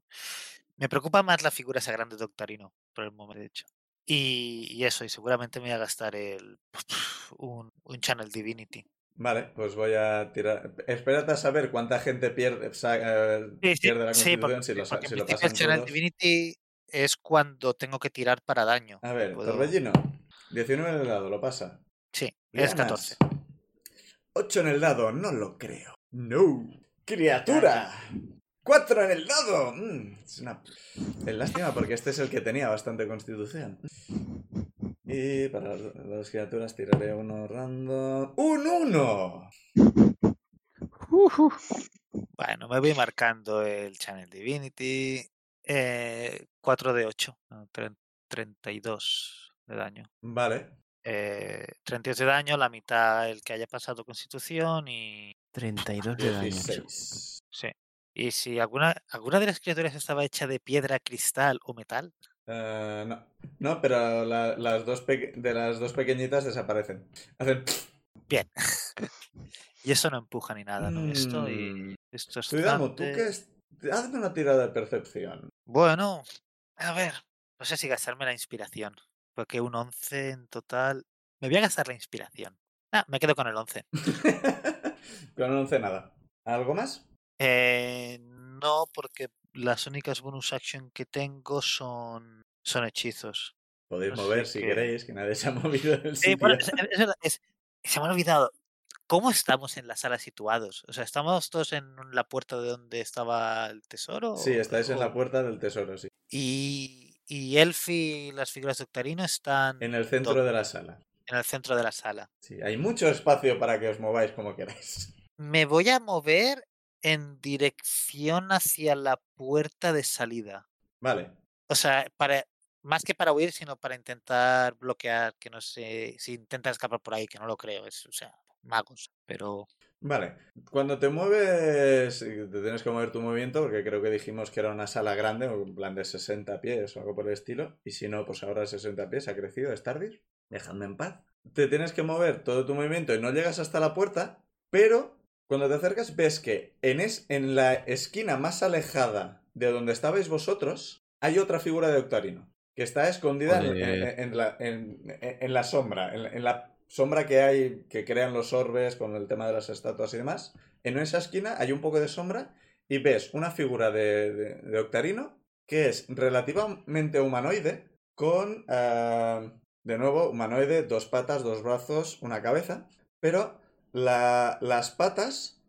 Speaker 6: Me preocupa más la figura esa grande de Octarino, por el momento, de hecho. Y, y eso, y seguramente me voy a gastar el, un, un Channel Divinity.
Speaker 1: Vale, pues voy a tirar. Espérate a saber cuánta gente pierde, sa- eh,
Speaker 6: Sí, sí,
Speaker 1: pierde la
Speaker 6: sí, porque-
Speaker 1: constitución si lo, sa-
Speaker 6: porque en
Speaker 1: si lo
Speaker 6: principio el
Speaker 1: pasan
Speaker 6: Channel
Speaker 1: todos.
Speaker 6: Divinity es cuando tengo que tirar para daño.
Speaker 1: A ver,
Speaker 6: Puedo-
Speaker 1: Torbellino. 19 en el dado, lo pasa.
Speaker 6: Sí, es 14.
Speaker 1: 8 en el dado, no lo creo. No. Criatura. 4 en el dado. Mm, es una... Es lástima porque este es el que tenía bastante constitución. Y para las do- las criaturas tiraré uno random. ¡Un 1!
Speaker 6: Bueno, me voy marcando el Channel Divinity. eh, 4 de 8, 32 de daño.
Speaker 1: Vale.
Speaker 6: Eh, 32 de daño, la mitad el que haya pasado Constitución y
Speaker 3: 32 de daño.
Speaker 1: 16.
Speaker 6: Sí. Y si alguna, alguna de las criaturas estaba hecha de piedra, cristal o metal,
Speaker 1: Eh, no. No, pero la- las dos peque- de las dos pequeñitas desaparecen. Hacen.
Speaker 6: y eso no empuja ni nada, ¿no? Esto, y-
Speaker 1: Mm.
Speaker 6: esto es
Speaker 1: Cuidado, tú
Speaker 6: bastante-
Speaker 1: que es- Hazme una tirada de percepción.
Speaker 6: Bueno, a ver, no sé si gastarme la inspiración, porque un 11 en total... Me voy a gastar la inspiración. Ah, me quedo con el 11.
Speaker 1: Con 11 nada. ¿Algo más?
Speaker 6: Eh, no, porque las únicas bonus action que tengo son, son hechizos.
Speaker 1: Podéis
Speaker 6: No sé
Speaker 1: mover si
Speaker 6: qué.
Speaker 1: queréis, que nadie se ha movido del
Speaker 6: Sí,
Speaker 1: sitio.
Speaker 6: bueno, es- es verdad, es- se me ha olvidado. ¿Cómo estamos en la sala situados? O sea, ¿estamos todos en la puerta de donde estaba el tesoro?
Speaker 1: Sí,
Speaker 6: o-
Speaker 1: estáis en la
Speaker 6: o-
Speaker 1: puerta del tesoro, sí.
Speaker 6: Y, y Elfi y las figuras de Octarino están
Speaker 1: En el centro
Speaker 6: Todo.
Speaker 1: de la sala.
Speaker 6: en el centro de la sala.
Speaker 1: Sí, hay mucho espacio para que os mováis como queráis.
Speaker 6: Me voy a mover en dirección hacia la puerta de salida.
Speaker 1: Vale.
Speaker 6: O sea, para, más que para huir, sino para intentar bloquear, que no sé, si intenta escapar por ahí, que no lo creo, es, o sea, magos, pero
Speaker 1: Vale. Cuando te mueves, eh, te tienes que mover tu movimiento, porque creo que dijimos que era una sala grande, o en plan de 60 pies o algo por el estilo. Y si no, pues ahora 60 pies ha crecido, es tarde. Dejadme en paz. Te tienes que mover todo tu movimiento y no llegas hasta la puerta, pero cuando te acercas ves que en, es, en la esquina más alejada de donde estabais vosotros hay otra figura de Octarino, que está escondida en,
Speaker 3: Joder.
Speaker 1: en- en la, en- en la sombra, en, la- en la sombra que hay, que crean los orbes con el tema de las estatuas y demás. En esa esquina hay un poco de sombra y ves una figura de, de- de Octarino que es relativamente humanoide, con, eh, de nuevo, humanoide, dos patas, dos brazos, una cabeza, pero la- las patas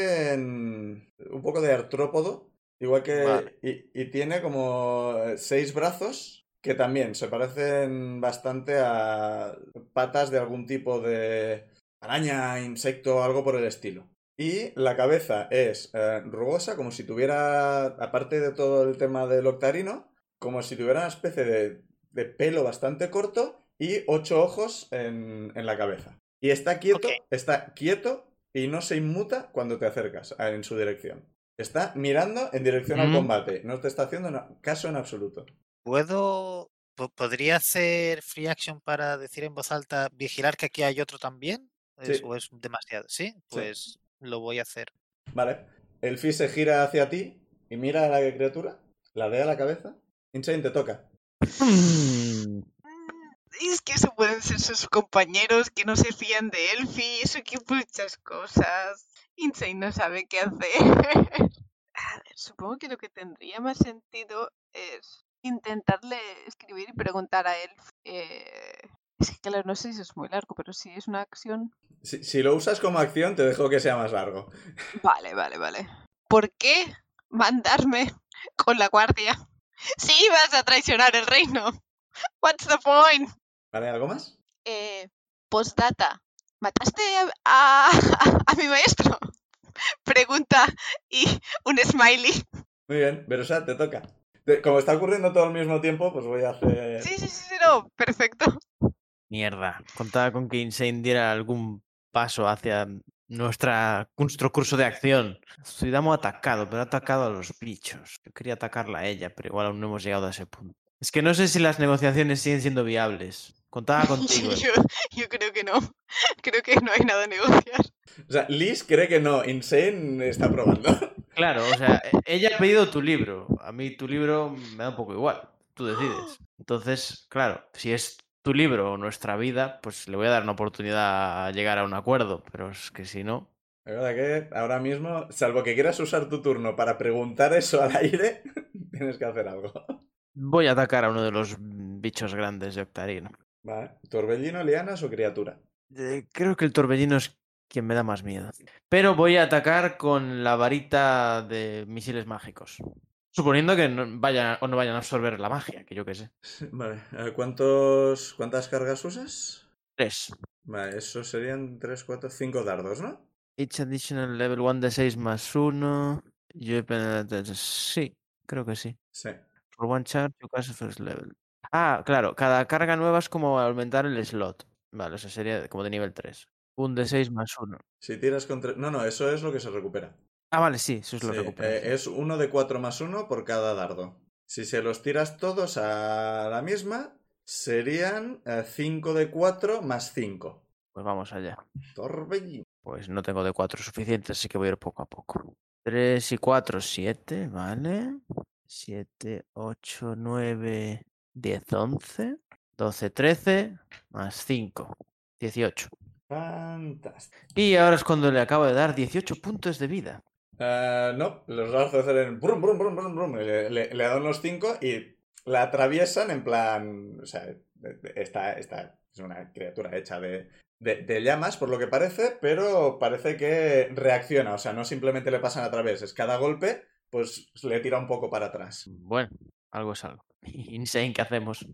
Speaker 1: parecen un poco de artrópodo, igual que...
Speaker 6: Vale.
Speaker 1: Y, y tiene como seis brazos que también se parecen bastante a patas de algún tipo de araña, insecto, algo por el estilo. Y la cabeza es eh, rugosa, como si tuviera, aparte de todo el tema del octarino, como si tuviera una especie de, de pelo bastante corto y ocho ojos en, en la cabeza. Y está quieto,
Speaker 6: Ok.
Speaker 1: está quieto y no se inmuta cuando te acercas a- en su dirección. Está mirando en dirección al
Speaker 3: Mm.
Speaker 1: combate, no te está haciendo na- caso en absoluto.
Speaker 6: ¿puedo, po- podría hacer free action para decir en voz alta, vigilar que aquí hay otro también? Es-
Speaker 1: Sí.
Speaker 6: ¿O es demasiado? Sí, pues lo voy a hacer.
Speaker 1: Vale. El Fi se gira hacia ti y mira a la criatura, la de a la cabeza. Insane te toca.
Speaker 2: Mm, Es que eso pueden ser sus compañeros que no se fían de Elfi, eso que muchas cosas. Insane no sabe qué hacer. A ver, supongo que lo que tendría más sentido es intentarle escribir y preguntar a Elfi. eh, Es que claro, no sé si es muy largo, pero si es una acción.
Speaker 1: Si, si lo usas como acción, te dejo que sea más largo.
Speaker 2: Vale, vale, vale. ¿Por qué mandarme con la guardia? Si vas a traicionar el reino. What's the point?
Speaker 1: ¿Vale? ¿Algo más?
Speaker 2: Eh, postdata. ¿Mataste a, a- a mi maestro? Pregunta y un smiley.
Speaker 1: Muy bien. Verosat, te toca. Te- Como está ocurriendo todo al mismo tiempo, pues voy a hacer...
Speaker 2: Sí, sí, sí, sí, no, perfecto.
Speaker 3: Mierda. Contaba con que Insane diera algún paso hacia nuestra, nuestro curso de acción. Zuidamo ha atacado, pero ha atacado a los bichos. Yo quería atacarla a ella, pero igual aún no hemos llegado a ese punto. Es que no sé si las negociaciones siguen siendo viables. Contaba contigo. eh.
Speaker 2: Yo, yo creo que no. Creo que no hay nada a negociar.
Speaker 1: O sea, Liz cree que no, Insane está probando.
Speaker 3: Claro, o sea, e- ella ha pedido tu libro. A mí tu libro me da un poco igual. Tú decides. Entonces, claro, si es tu libro o nuestra vida, pues le voy a dar una oportunidad a llegar a un acuerdo. Pero es que si no.
Speaker 1: La verdad que ahora mismo, salvo que quieras usar tu turno para preguntar eso al aire, tienes que hacer algo.
Speaker 3: Voy a atacar a uno de los bichos grandes de Octarino.
Speaker 1: Vale. ¿Torbellino, lianas o criatura?
Speaker 3: Eh, Creo que el torbellino es quien me da más miedo. Pero voy a atacar con la varita de misiles mágicos. Suponiendo que no vayan, o no vayan a absorber la magia, que yo qué sé.
Speaker 1: Vale. eh, ¿Cuántos, ¿Cuántas cargas usas?
Speaker 3: Tres.
Speaker 1: Vale, eso serían 3, 4, 5 dardos, ¿no?
Speaker 3: Each additional level 1 de 6 más 1. You open- Sí, creo que sí.
Speaker 1: Sí.
Speaker 3: For one charge, you cast a first level. Ah, claro, cada carga nueva es como aumentar el slot. Vale, eso sería como de nivel 3. Un de 6 más 1.
Speaker 1: Si tiras con 3... No, no, eso es lo que se recupera.
Speaker 3: Ah, vale, sí, eso es lo
Speaker 1: Sí,
Speaker 3: recuperas.
Speaker 1: eh, es uno de 4 más 1 por cada dardo. Si se los tiras todos a la misma, serían 5 de 4 más 5.
Speaker 3: Pues vamos allá.
Speaker 1: Torbellino.
Speaker 3: Pues no tengo de cuatro suficientes, así que voy a ir poco a poco. 3 y 4, 7, ¿vale? 7, 8, 9, 10, 11, 12, 13, más 5, 18.
Speaker 1: Fantástico.
Speaker 3: Y ahora es cuando le acabo de dar 18 puntos de vida.
Speaker 1: Eh, no, los dardos hacen brum, brum, brum, brum, brum. y Le, le- le dan los 5 y la atraviesan en plan. O sea, esta, esta es una criatura hecha de, de- de llamas, por lo que parece, pero parece que reacciona. O sea, no simplemente le pasan a través, es cada golpe, pues le tira un poco para atrás.
Speaker 3: Bueno, algo es algo. Insane, ¿qué hacemos?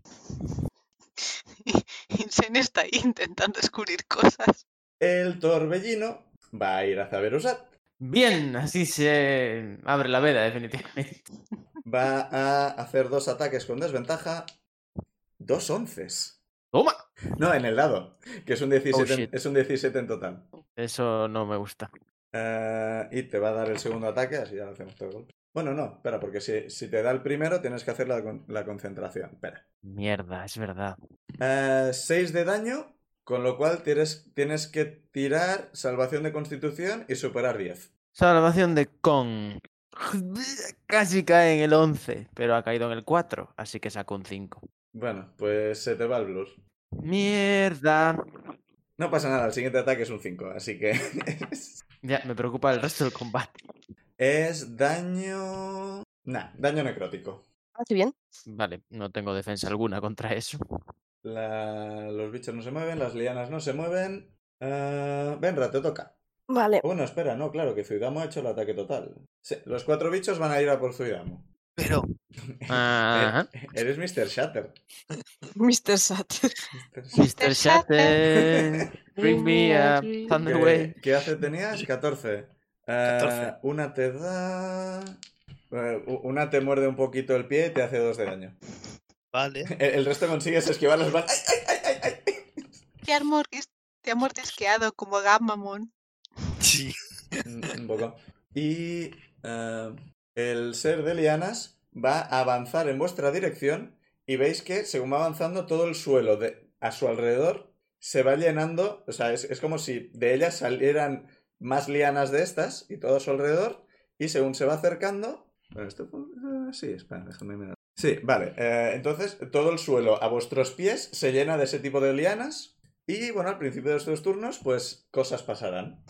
Speaker 2: Insane está ahí intentando descubrir cosas.
Speaker 1: El torbellino va a ir hacia Berusat.
Speaker 3: Bien, así se abre la veda, definitivamente.
Speaker 1: Va a hacer dos ataques con desventaja. Dos onces.
Speaker 3: ¡Toma!
Speaker 1: No, en el lado, que es un 17,
Speaker 3: Oh,
Speaker 1: en-
Speaker 3: shit.
Speaker 1: es un 17 en total.
Speaker 3: Eso no me gusta.
Speaker 1: Eh, y te va a dar el segundo ataque, así ya lo hacemos todo de golpe. Bueno, no, espera, porque si, si te da el primero tienes que hacer la, con- la concentración. Espera.
Speaker 3: Mierda, es verdad.
Speaker 1: 6 de daño, con lo cual tienes, tienes que tirar salvación de constitución y superar 10.
Speaker 3: Salvación de con. Casi cae en el 11, pero ha caído en el 4, así que saco un 5.
Speaker 1: Bueno, pues se te va el blur.
Speaker 3: Mierda.
Speaker 1: No pasa nada, el siguiente ataque es un 5, así que
Speaker 3: Ya, me preocupa el resto del combate.
Speaker 1: es daño... Nah, daño necrótico.
Speaker 4: Ah, qué bien.
Speaker 3: Vale, no tengo defensa alguna contra eso.
Speaker 1: La- Los bichos no se mueven, las lianas no se mueven. Eh, Benra, te toca.
Speaker 4: Vale.
Speaker 1: Oh, Bueno, espera, no, claro, que Zuidamo ha hecho el ataque total. Sí, los cuatro bichos van a ir a por Zuidamo.
Speaker 6: Pero
Speaker 3: Ajá.
Speaker 1: Eh, Eres Mr. Shatter.
Speaker 4: Mr. Satter.
Speaker 3: Mr. Shatter, bring me a Thunder
Speaker 1: ¿Qué,
Speaker 3: Wave.
Speaker 1: qué hace tenías? 14. Eh,
Speaker 6: 14.
Speaker 1: Una te da... eh, u- Una te muerde un poquito el pie y te hace dos de daño.
Speaker 6: vale.
Speaker 1: El, el resto consigues esquivar las balas. ¡Ay, ay, ay, ay, ay!
Speaker 2: Te, han mordis- te ha mordisqueado como Gammamon.
Speaker 6: Sí.
Speaker 1: Un- un poco. Y eh, el ser de lianas va a avanzar en vuestra dirección y veis que según va avanzando todo el suelo de, a su alrededor se va llenando, o sea, es, es como si de ellas salieran más lianas de estas y todo a su alrededor y según se va acercando... Bueno, esto fue- eh, Sí, espera, déjame mirar. Sí, vale. eh, entonces, todo el suelo a vuestros pies se llena de ese tipo de lianas y, bueno, al principio de estos turnos, pues cosas pasarán.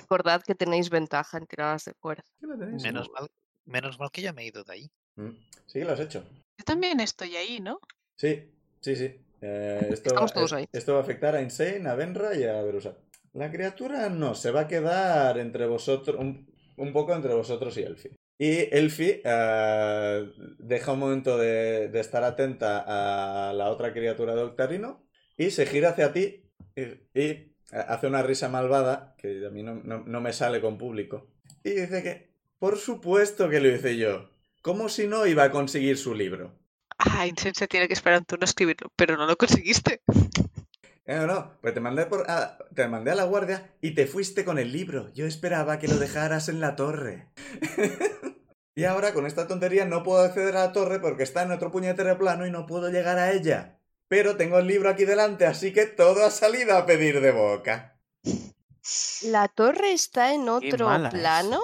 Speaker 4: Recordad que tenéis ventaja en tiradas de fuerza.
Speaker 1: ¿Qué la tenéis?
Speaker 6: Menos mal, menos mal que ya me he ido de ahí.
Speaker 1: Mm. Sí que lo has hecho.
Speaker 2: Yo también estoy ahí, ¿no?
Speaker 1: Sí, sí, sí. Eh, esto,
Speaker 4: Estamos
Speaker 1: va,
Speaker 4: todos
Speaker 1: es-
Speaker 4: ahí.
Speaker 1: esto va a afectar a Insane, a Benra y a Verusa. La criatura no, se va a quedar entre vosotros, un, un poco entre vosotros y Elfi. Y Elfi eh, deja un momento de, de estar atenta a la otra criatura de Octarino y se gira hacia ti y, y hace una risa malvada, que a mí no, no- no me sale con público, y dice que, por supuesto que lo hice yo, como si no iba a conseguir su libro.
Speaker 2: Ah, Insane se tiene que esperar un turno a escribirlo, pero no lo conseguiste.
Speaker 1: Eh, no, no, pues te mandé, por, a, te mandé a la guardia y te fuiste con el libro. Yo esperaba que lo dejaras en la torre. y ahora con esta tontería no puedo acceder a la torre porque está en otro puñetero plano y no puedo llegar a ella. Pero tengo el libro aquí delante, así que todo ha salido a pedir de boca.
Speaker 4: La torre está en otro
Speaker 3: mala es.
Speaker 4: plano.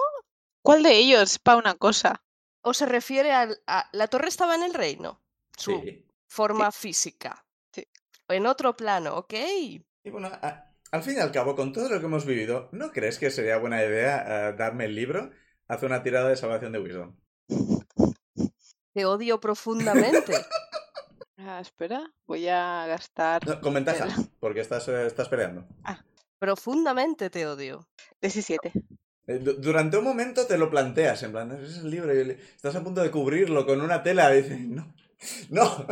Speaker 2: ¿Cuál de ellos? Pa' una cosa.
Speaker 4: ¿O se refiere al- a, la torre estaba en el reino? Su
Speaker 1: Sí.
Speaker 4: forma física.
Speaker 2: Sí.
Speaker 4: En otro plano, ¿ok?
Speaker 1: Y bueno, a- al fin y al cabo, con todo lo que hemos vivido, ¿no crees que sería buena idea eh, darme el libro? Haz una tirada de salvación de Wisdom.
Speaker 4: Te odio profundamente.
Speaker 2: Ah, espera, voy a gastar
Speaker 1: No, con ventaja, porque estás, eh, estás peleando.
Speaker 4: profundamente te odio.
Speaker 2: 17.
Speaker 1: Eh, du- Durante un momento te lo planteas, en plan, es el libro, y le- estás a punto de cubrirlo con una tela, y dices, no, no.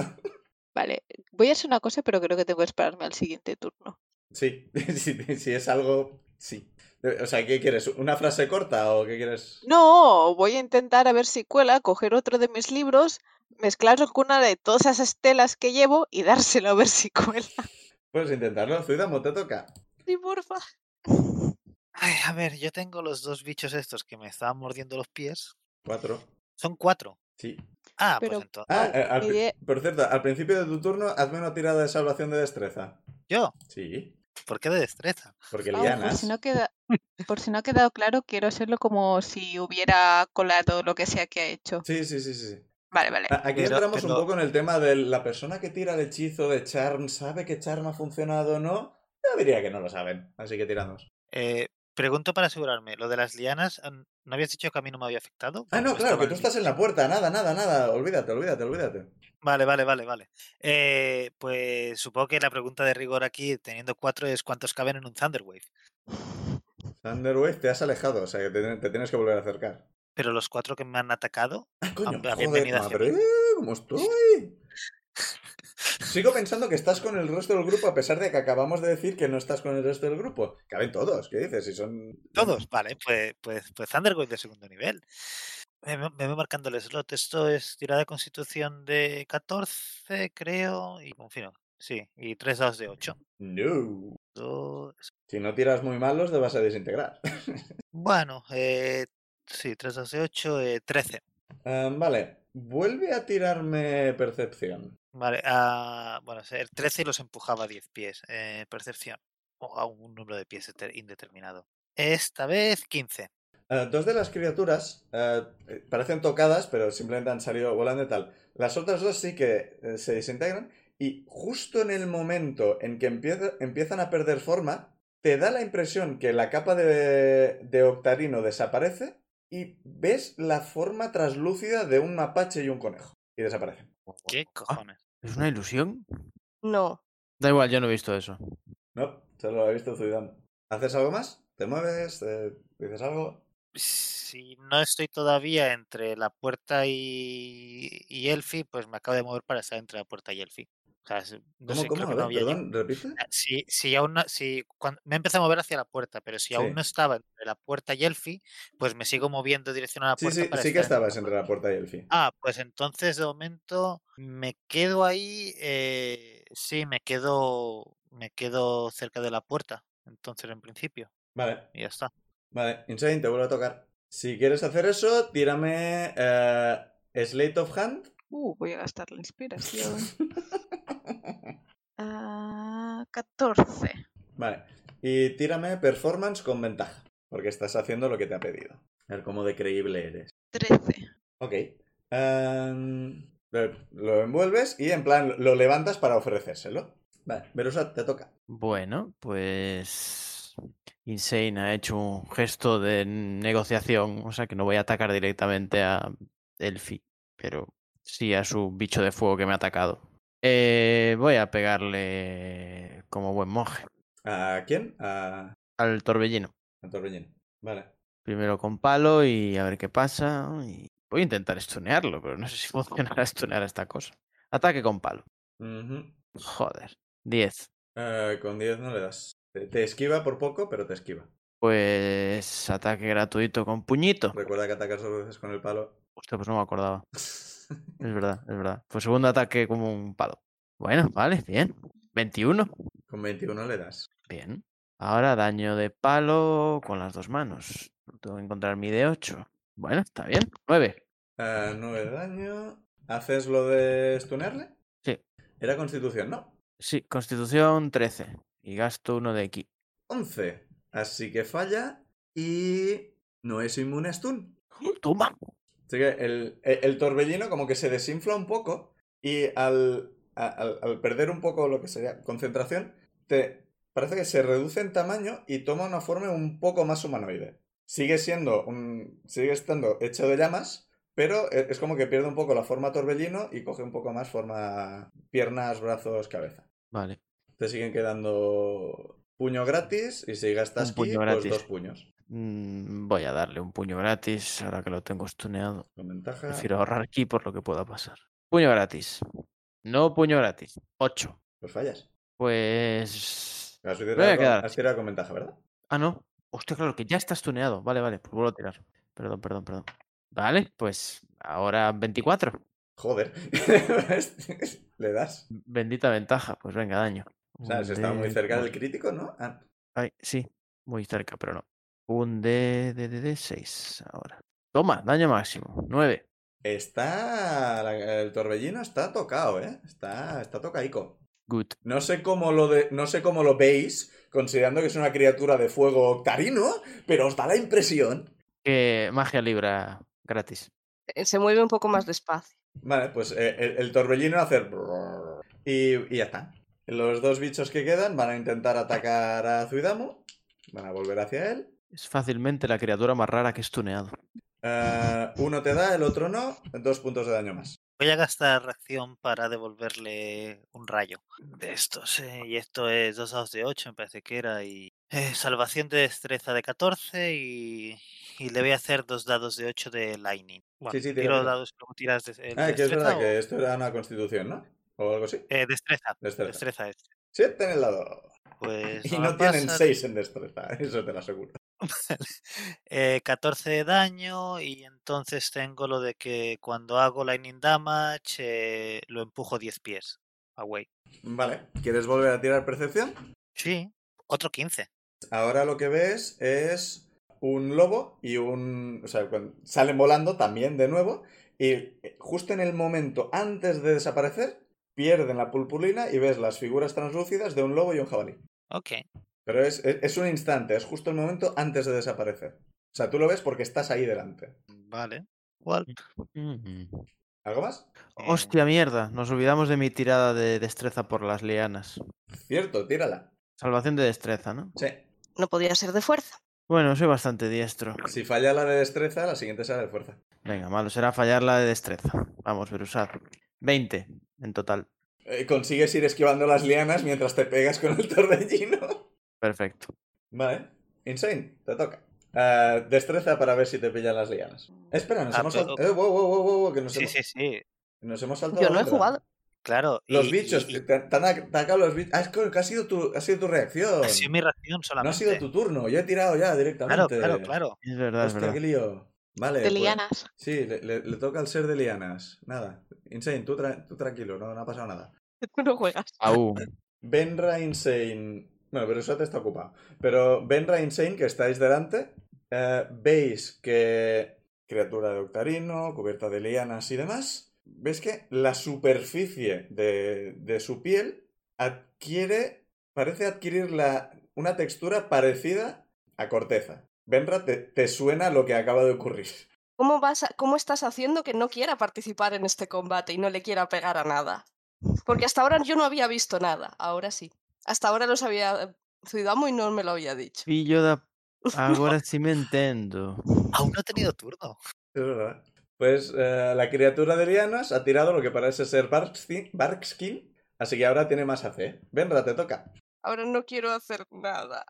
Speaker 2: Vale, voy a hacer una cosa, pero creo que tengo que esperarme al siguiente turno.
Speaker 1: Sí, si, si es algo, sí. Eh, O sea, ¿qué quieres? ¿Una frase corta o qué quieres?
Speaker 2: No, voy a intentar a ver si cuela, coger otro de mis libros, mezclarlo con una de todas esas telas que llevo y dárselo a ver si cuela.
Speaker 1: Puedes intentarlo, Zuidamo, te toca.
Speaker 4: Sí, porfa.
Speaker 6: Ay, a ver, yo tengo los dos bichos estos que me estaban mordiendo los pies.
Speaker 1: Cuatro.
Speaker 6: Son cuatro.
Speaker 1: Sí.
Speaker 6: Ah,
Speaker 2: Pero-
Speaker 6: pues entonces.
Speaker 1: Ah, eh, al pri-
Speaker 2: Oye.
Speaker 1: por cierto, al principio de tu turno, hazme una tirada de salvación de destreza.
Speaker 6: Yo,
Speaker 1: Sí,
Speaker 6: ¿por qué de destreza?
Speaker 1: porque
Speaker 2: Ah,
Speaker 7: Vamos, por
Speaker 1: lianas.
Speaker 7: si no queda, por si no ha quedado claro, quiero hacerlo como si hubiera colado lo que sea que ha hecho.
Speaker 1: Sí, sí, sí, sí, sí.
Speaker 7: Vale, vale.
Speaker 1: A- Aquí
Speaker 6: Pero-
Speaker 1: entramos
Speaker 6: pero-
Speaker 1: un poco en el tema de la persona que tira el hechizo de Charm, ¿sabe que Charm ha funcionado o no? Yo diría que no lo saben, así que tiramos.
Speaker 6: Eh, pregunto para asegurarme, ¿lo de las lianas an- no habías dicho que a mí no me había afectado?
Speaker 1: Ah,
Speaker 6: Cuando
Speaker 1: no, claro,
Speaker 6: estaba
Speaker 1: que
Speaker 6: el
Speaker 1: tú
Speaker 6: bicho.
Speaker 1: estás en la puerta, nada, nada, nada, olvídate, olvídate, olvídate.
Speaker 6: Vale, vale, vale, vale. Eh, pues supongo que la pregunta de rigor aquí, teniendo cuatro, es cuántos caben en un Thunderwave.
Speaker 1: Thunderwave, te has alejado, o sea que te, te tienes que volver a acercar.
Speaker 6: Pero los cuatro que me han atacado,
Speaker 1: Ah, coño,
Speaker 6: Ah,
Speaker 1: joder,
Speaker 6: bienvenida hacia
Speaker 1: madre,
Speaker 6: mí.
Speaker 1: ¿cómo estoy? Sigo pensando que estás con el resto del grupo, a pesar de que acabamos de decir que no estás con el resto del grupo. Caben todos, ¿qué dices? Si son...
Speaker 6: todos, vale, pues, pues, pues Thunderwave de segundo nivel. Me, me- me voy marcando el slot. Esto es tirada de constitución de 14, creo, y confío. Sí, y tres dados de 8.
Speaker 1: No.
Speaker 6: Dos,
Speaker 1: Si no tiras muy malos, te vas a desintegrar.
Speaker 6: Bueno, eh, sí, 3, 12, 8, eh, 13.
Speaker 1: Ah, vale, vuelve a tirarme percepción.
Speaker 6: Vale, ah, bueno, el 13 los empujaba a 10 pies. eh, percepción. O a un número de pies ete- indeterminado. Esta vez 15.
Speaker 1: Eh, dos de las criaturas eh, eh, parecen tocadas, pero simplemente han salido volando y tal. Las otras dos sí que eh, se desintegran y justo en el momento en que empieza- empiezan a perder forma, te da la impresión que la capa de, de Octarino desaparece y ves la forma traslúcida de un mapache y un conejo. Y desaparecen.
Speaker 6: ¿Qué cojones?
Speaker 3: ¿Es una ilusión?
Speaker 4: No.
Speaker 3: Da igual, yo no he visto eso.
Speaker 1: No, solo lo ha visto Zuidam. ¿Haces algo más? ¿Te mueves? ¿Te- ¿Dices algo?
Speaker 6: Si no estoy todavía entre la puerta y, y Elfi, pues me acabo de mover para estar entre la puerta y Elfi. O sea, se- no
Speaker 1: ¿Cómo,
Speaker 6: sé,
Speaker 1: cómo?
Speaker 6: creo
Speaker 1: A
Speaker 6: que no
Speaker 1: ver,
Speaker 6: había llegado.
Speaker 1: perdón, repite.
Speaker 6: Ah, Si, si aún no- si, cuan- me empecé a mover hacia la puerta, pero si aún
Speaker 1: Sí.
Speaker 6: no estaba entre la puerta y Elfi, pues me sigo moviendo en dirección a la
Speaker 1: Sí,
Speaker 6: puerta.
Speaker 1: sí,
Speaker 6: para
Speaker 1: sí que
Speaker 6: estar entre la
Speaker 1: estabas entre
Speaker 6: puerta.
Speaker 1: la puerta y el fin.
Speaker 6: Ah, pues entonces de momento me quedo ahí. eh, sí, me quedo, me quedo cerca de la puerta. Entonces, en principio,
Speaker 1: Vale.
Speaker 6: y ya está.
Speaker 1: Vale, Insane, te vuelvo a tocar. Si quieres hacer eso, tírame eh, Slate of Hand.
Speaker 7: Uh, voy a gastar la inspiración. Ah, 14.
Speaker 1: Vale. Y tírame Performance con ventaja. Porque estás haciendo lo que te ha pedido. A ver cómo de creíble eres.
Speaker 7: 13.
Speaker 1: Ok. Em, lo, lo envuelves y en plan lo levantas para ofrecérselo. Vale, Verusa, te toca.
Speaker 3: Bueno, pues. Insane ha hecho un gesto de negociación, o sea que no voy a atacar directamente a Elfi, pero sí a su bicho de fuego que me ha atacado. Eh, voy a pegarle como buen monje
Speaker 1: ¿A quién? A,
Speaker 3: al torbellino.
Speaker 1: a Torbellino. Vale.
Speaker 3: Primero con palo y a ver qué pasa. y Voy a intentar stunearlo, pero no sé si funcionará stunear a esta cosa. Ataque con palo.
Speaker 1: Ujú.
Speaker 3: Joder. 10.
Speaker 1: Eh, con 10 no le das. Te, te esquiva por poco, pero te esquiva.
Speaker 3: Pues ataque gratuito con puñito.
Speaker 1: Recuerda que atacas dos veces con el palo.
Speaker 3: Hostia, pues no me acordaba. Es verdad, es verdad. Pues segundo ataque como un palo. Bueno, vale, bien. 21.
Speaker 1: Con 21 le das.
Speaker 3: Bien. Ahora daño de palo con las dos manos. Tengo que encontrar mi de 8. Bueno, está bien. 9.
Speaker 1: 9 Eh, daño. ¿Haces lo de stunearle?
Speaker 3: Sí.
Speaker 1: Era constitución, ¿no?
Speaker 3: Sí, constitución 13. Y gasto uno de aquí.
Speaker 1: 11. Así que falla y no es inmune a stun.
Speaker 3: ¡Oh, ¡Toma!
Speaker 1: Así que el, el torbellino como que se desinfla un poco y al, a- al- al perder un poco lo que sería concentración, te parece que se reduce en tamaño y toma una forma un poco más humanoide. Sigue siendo un... sigue estando hecho de llamas, pero e- es como que pierde un poco la forma torbellino y coge un poco más forma piernas, brazos, cabeza.
Speaker 3: Vale.
Speaker 1: Te siguen quedando puño gratis y si gastas
Speaker 3: Un puño
Speaker 1: ki, pues
Speaker 3: gratis.
Speaker 1: dos puños.
Speaker 3: Mm, voy a darle un puño gratis ahora que lo tengo stuneado.
Speaker 1: Con ventaja.
Speaker 3: Prefiero ahorrar aquí por lo que pueda pasar. Puño gratis. No puño gratis. 8.
Speaker 1: Pues fallas.
Speaker 3: Pues.
Speaker 1: Has
Speaker 3: voy a
Speaker 1: tirado
Speaker 3: quedar
Speaker 1: con- has tirado con ventaja, ¿verdad?
Speaker 3: Ah, no. Hostia, claro, que ya estás tuneado. Vale, vale, pues vuelvo a tirar. Perdón, perdón, perdón. Vale, pues ahora 24.
Speaker 1: Joder. Le das.
Speaker 3: Bendita ventaja. Pues venga, daño.
Speaker 1: O sea,
Speaker 3: Un
Speaker 1: se está muy
Speaker 3: de
Speaker 1: cerca del
Speaker 3: cuatro.
Speaker 1: crítico, ¿no? Ah,
Speaker 3: Ay, sí, muy cerca, pero no. Un D, D, D, D, 6 ahora. Toma, daño máximo, 9.
Speaker 1: Está. la- el torbellino está tocado, ¿eh? Está, está tocaico.
Speaker 3: Good.
Speaker 1: No sé cómo lo de, no sé cómo lo veis, considerando que es una criatura de fuego octarino, pero os da la impresión.
Speaker 3: Que magia libra gratis.
Speaker 4: Eh, Se mueve un poco más despacio.
Speaker 1: Vale, pues eh, el, el torbellino hace brrrr y, y ya está. Los dos bichos que quedan van a intentar atacar a Zuidamu. Van a volver hacia él.
Speaker 3: Es fácilmente la criatura más rara que he stuneado.
Speaker 1: Eh, uno te da, el otro no. Dos puntos de daño más.
Speaker 6: Voy a gastar reacción para devolverle un rayo de estos. eh, y esto es 2 dados de 8, me parece que era. Y eh, salvación de destreza de 14 y, y le voy a hacer dos dados de 8 de lightning. Bueno,
Speaker 1: sí, tira,
Speaker 6: tiro
Speaker 1: tira.
Speaker 6: dados y luego tiras de, el
Speaker 1: Ah, que es
Speaker 6: destreza
Speaker 1: verdad
Speaker 6: o-
Speaker 1: que esto era una constitución, ¿no? O algo así.
Speaker 6: eh, destreza,
Speaker 1: Destreza.
Speaker 6: destreza es.
Speaker 1: Siete en el lado.
Speaker 6: Pues
Speaker 1: Y
Speaker 6: la
Speaker 1: no tienen
Speaker 6: pasan.
Speaker 1: seis en destreza, eso te lo aseguro.
Speaker 6: Eh, 14 de daño y entonces tengo lo de que cuando hago lightning damage eh, lo empujo 10 pies away.
Speaker 1: Vale, ¿quieres volver a tirar percepción?
Speaker 6: Sí, otro 15.
Speaker 1: Ahora lo que ves es un lobo y un... O sea, cuando salen volando también de nuevo y eh, justo en el momento antes de desaparecer pierden la pulpulina y ves las figuras translúcidas de un lobo y un jabalí.
Speaker 6: Ok.
Speaker 1: Pero es, es, es un instante, es justo el momento antes de desaparecer. O sea, tú lo ves porque estás ahí delante.
Speaker 6: Vale.
Speaker 1: Mm,
Speaker 6: Igual.
Speaker 3: Ujú.
Speaker 1: ¿Algo más?
Speaker 6: Eh,
Speaker 3: Hostia mierda, nos olvidamos de mi tirada de destreza por las lianas.
Speaker 1: Cierto, tírala.
Speaker 3: Salvación de destreza, ¿no?
Speaker 1: Sí.
Speaker 4: No podía ser de fuerza.
Speaker 3: Bueno, soy bastante diestro.
Speaker 1: Si falla la de destreza, la siguiente será de fuerza.
Speaker 3: Venga, malo será fallar la de destreza. Vamos, Berusad. 20 en total.
Speaker 1: Eh, consigues ir esquivando las lianas mientras te pegas con el torbellino.
Speaker 3: Perfecto.
Speaker 1: Vale. Insane, te toca. Ah, destreza para ver si te pillan las lianas. Espera, nos
Speaker 6: Ah,
Speaker 1: hemos
Speaker 6: pero-
Speaker 1: saltado. wow, wow, wow, wow, que nos,
Speaker 6: Sí,
Speaker 1: hemos...
Speaker 6: sí, sí.
Speaker 1: nos hemos saltado.
Speaker 4: Yo no he
Speaker 1: otra.
Speaker 4: jugado.
Speaker 6: Claro.
Speaker 1: Los
Speaker 6: y-
Speaker 1: bichos,
Speaker 6: y- y
Speaker 1: te, te han atacado los bichos. Ah, es que ha sido tu, ha sido tu reacción.
Speaker 6: ha sido mi reacción solamente.
Speaker 1: no ha sido tu turno, yo he tirado ya
Speaker 6: Claro,
Speaker 1: directamente.
Speaker 6: claro, claro.
Speaker 3: Es verdad, es
Speaker 1: Hostia, qué
Speaker 3: verdad.
Speaker 1: lío. Vale.
Speaker 7: de
Speaker 1: pues-
Speaker 7: lianas.
Speaker 1: Sí, le, le- le toca al ser de lianas. Nada. Insane, tú, tra- tú tranquilo, no, no ha pasado nada.
Speaker 4: Tú no juegas.
Speaker 3: Aú.
Speaker 1: Benra Insane. Bueno, pero eso te está ocupado. Pero Benra Insane, que estáis delante, eh, veis que. Criatura de octarino, cubierta de lianas y demás. Veis que la superficie de, de su piel adquiere. Parece adquirir la, una textura parecida a corteza. Benra, te, te suena lo que acaba de ocurrir.
Speaker 4: ¿Cómo, vas a- ¿Cómo estás haciendo que no quiera participar en este combate y no le quiera pegar a nada? Porque hasta ahora yo no había visto nada, ahora sí. Hasta ahora lo sabía Zuidamo y no me lo había dicho.
Speaker 3: Fillo da... Ahora sí me entiendo.
Speaker 6: Aún no he tenido turno.
Speaker 1: Es verdad. Pues eh, la criatura de lianas ha tirado lo que parece ser Barkskin, Barkskin, así que ahora tiene más AC. Benra, te toca.
Speaker 4: Ahora no quiero hacer nada.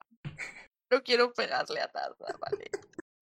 Speaker 4: No quiero pegarle a nada, vale.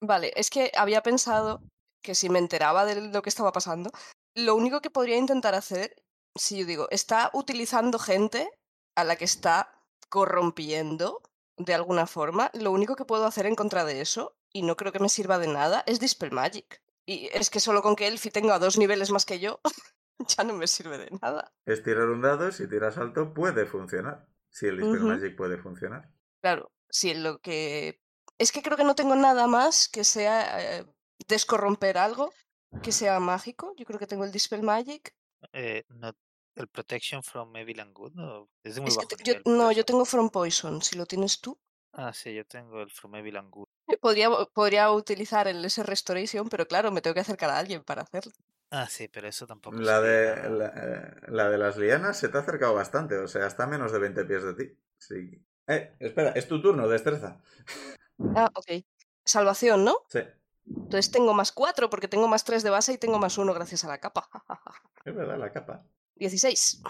Speaker 4: Vale, es que había pensado que si me enteraba de lo que estaba pasando, lo único que podría intentar hacer, si yo digo, está utilizando gente a la que está corrompiendo de alguna forma, lo único que puedo hacer en contra de eso, y no creo que me sirva de nada, es Dispel Magic. Y es que solo con que Elfi tenga dos niveles más que yo, ya no me sirve de nada.
Speaker 1: Es tirar un dado, si tiras alto puede funcionar. Si el
Speaker 4: Dispel Ujú.
Speaker 1: Magic puede funcionar.
Speaker 4: Claro, si en lo que... Es que creo que no tengo nada más que sea eh, descorromper algo que sea mágico. Yo creo que tengo el Dispel Magic.
Speaker 6: Eh, no- el Protection from Evil and Good no, es de muy
Speaker 4: Es que
Speaker 6: bajo
Speaker 4: te- yo-
Speaker 6: nivel, por
Speaker 4: no, yo
Speaker 6: eso.
Speaker 4: tengo From Poison. Si lo tienes tú.
Speaker 6: Ah, sí, yo tengo el From Evil and Good.
Speaker 4: Podría, podría utilizar el S Restoration, pero claro, me tengo que acercar a alguien para hacerlo.
Speaker 6: Ah, sí, pero eso tampoco
Speaker 1: La
Speaker 6: sería
Speaker 1: de,
Speaker 6: nada.
Speaker 1: la, eh, la de las lianas se te ha acercado bastante, o sea, está a menos de 20 pies de ti. Sí. Eh, espera, es tu turno, destreza.
Speaker 4: Ah, ok. Salvación, ¿no?
Speaker 1: Sí,
Speaker 4: Entonces tengo más cuatro porque tengo más tres de base y tengo más uno gracias a la capa.
Speaker 1: es verdad, la capa.
Speaker 4: 16.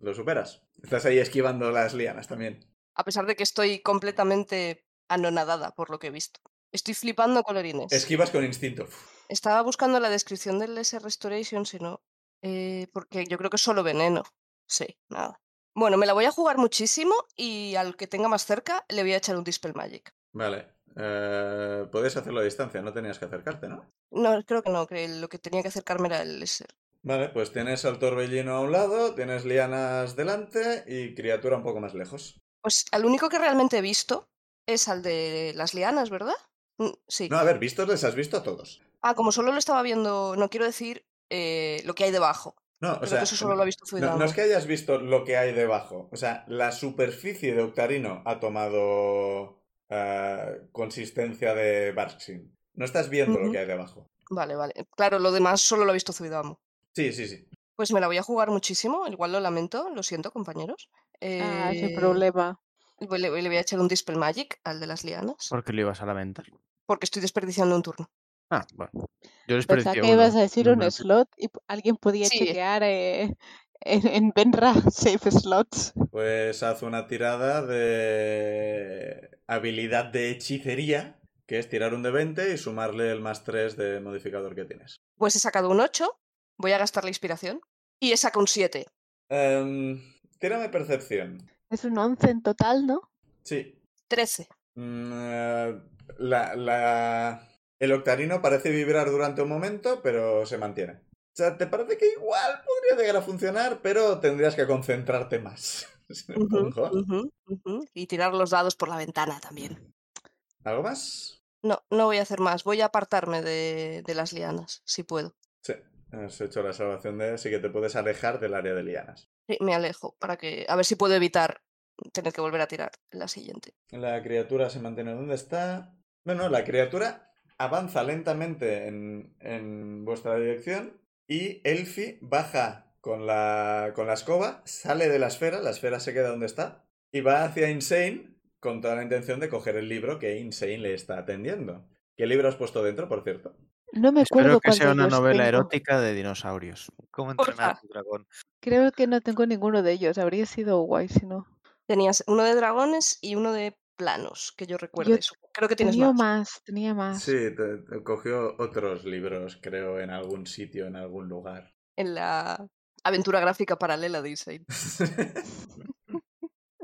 Speaker 1: Lo superas. Estás ahí esquivando las lianas también.
Speaker 4: A pesar de que estoy completamente anonadada por lo que he visto. Estoy flipando colorines.
Speaker 1: Esquivas con instinto.
Speaker 4: Estaba buscando la descripción del S Restoration, si no. eh, porque yo creo que es solo veneno. Sí, nada. Bueno, me la voy a jugar muchísimo y al que tenga más cerca le voy a echar un Dispel Magic.
Speaker 1: Vale. Eh, podés hacerlo a distancia, no tenías que acercarte, ¿no?
Speaker 4: No, creo que no, que lo que tenía que acercarme era el S.
Speaker 1: Vale, pues tienes al torbellino a un lado, tienes lianas delante y criatura un poco más lejos.
Speaker 4: Pues al único que realmente he visto es al de las lianas, ¿verdad? Mm, Sí.
Speaker 1: No, a ver, vistos les has visto a todos.
Speaker 4: Ah, como solo lo estaba viendo, no quiero decir eh, lo que hay debajo.
Speaker 1: No, o
Speaker 4: Creo
Speaker 1: sea,
Speaker 4: que eso solo lo ha visto
Speaker 1: no,
Speaker 4: Zuidago.
Speaker 1: no es que hayas visto lo que hay debajo. O sea, la superficie de Octarino ha tomado eh, consistencia de Barksin. No estás viendo lo
Speaker 4: Ujú.
Speaker 1: que hay debajo.
Speaker 4: Vale, vale. Claro, lo demás solo lo ha visto Zuidamo.
Speaker 1: Sí, sí, sí.
Speaker 4: Pues me la voy a jugar muchísimo, igual lo lamento, lo siento, compañeros.
Speaker 7: Ah, sin
Speaker 4: Eh,
Speaker 7: problema.
Speaker 4: voy- Le, le voy a echar un Dispel Magic al de las lianas,
Speaker 3: Porque lo ibas a lamentar.
Speaker 4: porque estoy desperdiciando un turno.
Speaker 3: Ah, bueno. Yo les
Speaker 7: Pensaba
Speaker 3: parecía
Speaker 7: que
Speaker 3: uno.
Speaker 7: ibas a decir
Speaker 3: No,
Speaker 7: un
Speaker 3: no.
Speaker 7: slot y p- alguien podía
Speaker 4: Sí.
Speaker 7: chequear eh, en, en Benra Safe Slots.
Speaker 1: Pues haz una tirada de habilidad de hechicería, que es tirar un de 20 y sumarle el más 3 de modificador que tienes.
Speaker 4: Pues he sacado un 8, voy a gastar la inspiración, y he sacado un 7.
Speaker 1: Em, tírame percepción.
Speaker 7: Es un 11 en total, ¿no?
Speaker 1: Sí.
Speaker 4: 13.
Speaker 1: Mm, eh, la, la- El octarino parece vibrar durante un momento, pero se mantiene. O sea, te parece que igual podría llegar a funcionar, pero tendrías que concentrarte más. Supongo.
Speaker 4: Ujú, ujú. Y tirar los dados por la ventana también.
Speaker 1: ¿Algo más?
Speaker 4: No, no voy a hacer más, voy a apartarme de, de las lianas, si puedo.
Speaker 1: Sí. Has hecho la salvación de... Así que te puedes alejar del área de lianas.
Speaker 4: Sí, me alejo para que. A ver si puedo evitar tener que volver a tirar la siguiente.
Speaker 1: La criatura se mantiene donde está. Bueno, la criatura avanza lentamente en, en vuestra dirección y Elfi baja con la, con la escoba, sale de la esfera, la esfera se queda donde está y va hacia Insane con toda la intención de coger el libro que Insane le está atendiendo. ¿Qué libro has puesto dentro, por cierto?
Speaker 7: No me acuerdo
Speaker 3: Espero que sea
Speaker 7: cuántos
Speaker 3: una
Speaker 7: los
Speaker 3: novela
Speaker 7: tengo.
Speaker 3: erótica de dinosaurios.
Speaker 6: ¿Cómo
Speaker 4: Porfa.
Speaker 6: entrenar a tu dragón?
Speaker 7: Creo que no tengo ninguno de ellos. Habría sido guay si no.
Speaker 4: Tenías uno de dragones y uno de planos, que yo recuerde eso. Creo que tienes
Speaker 7: Tenía
Speaker 4: más.
Speaker 7: más. tenía
Speaker 2: Ah.
Speaker 7: más.
Speaker 1: te- te cogió otros libros, creo, en algún sitio, en algún lugar.
Speaker 4: En la aventura gráfica paralela de Insane.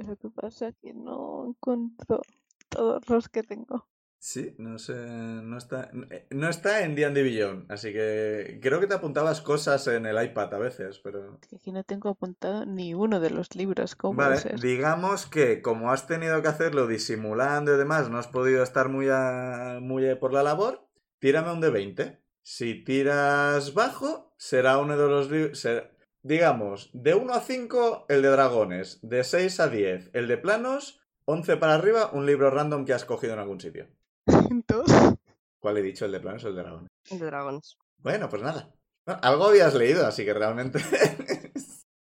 Speaker 7: Lo que pasa es que no encuentro todos los que tengo.
Speaker 1: Sí, no sé, no está, eh, no está en D&D Beyond, así que creo que te apuntabas cosas en el iPad a veces, pero...
Speaker 7: Es que Aquí no tengo apuntado ni uno de los libros. ¿Cómo
Speaker 1: Vale,
Speaker 7: Oh, puede ser?
Speaker 1: digamos que como has tenido que hacerlo disimulando y demás, no has podido estar muy, a- muy por la labor, tírame un de 20. Si tiras bajo, será uno de los... li- ser- digamos, de 1 a 5 el de dragones, de 6 a 10 el de planos, 11 para arriba un libro random que has cogido en algún sitio.
Speaker 7: Dos.
Speaker 1: ¿Cuál he dicho? ¿El de planos o el de dragones?
Speaker 4: De dragones.
Speaker 1: Bueno, pues nada. Bueno, algo habías leído, así que realmente.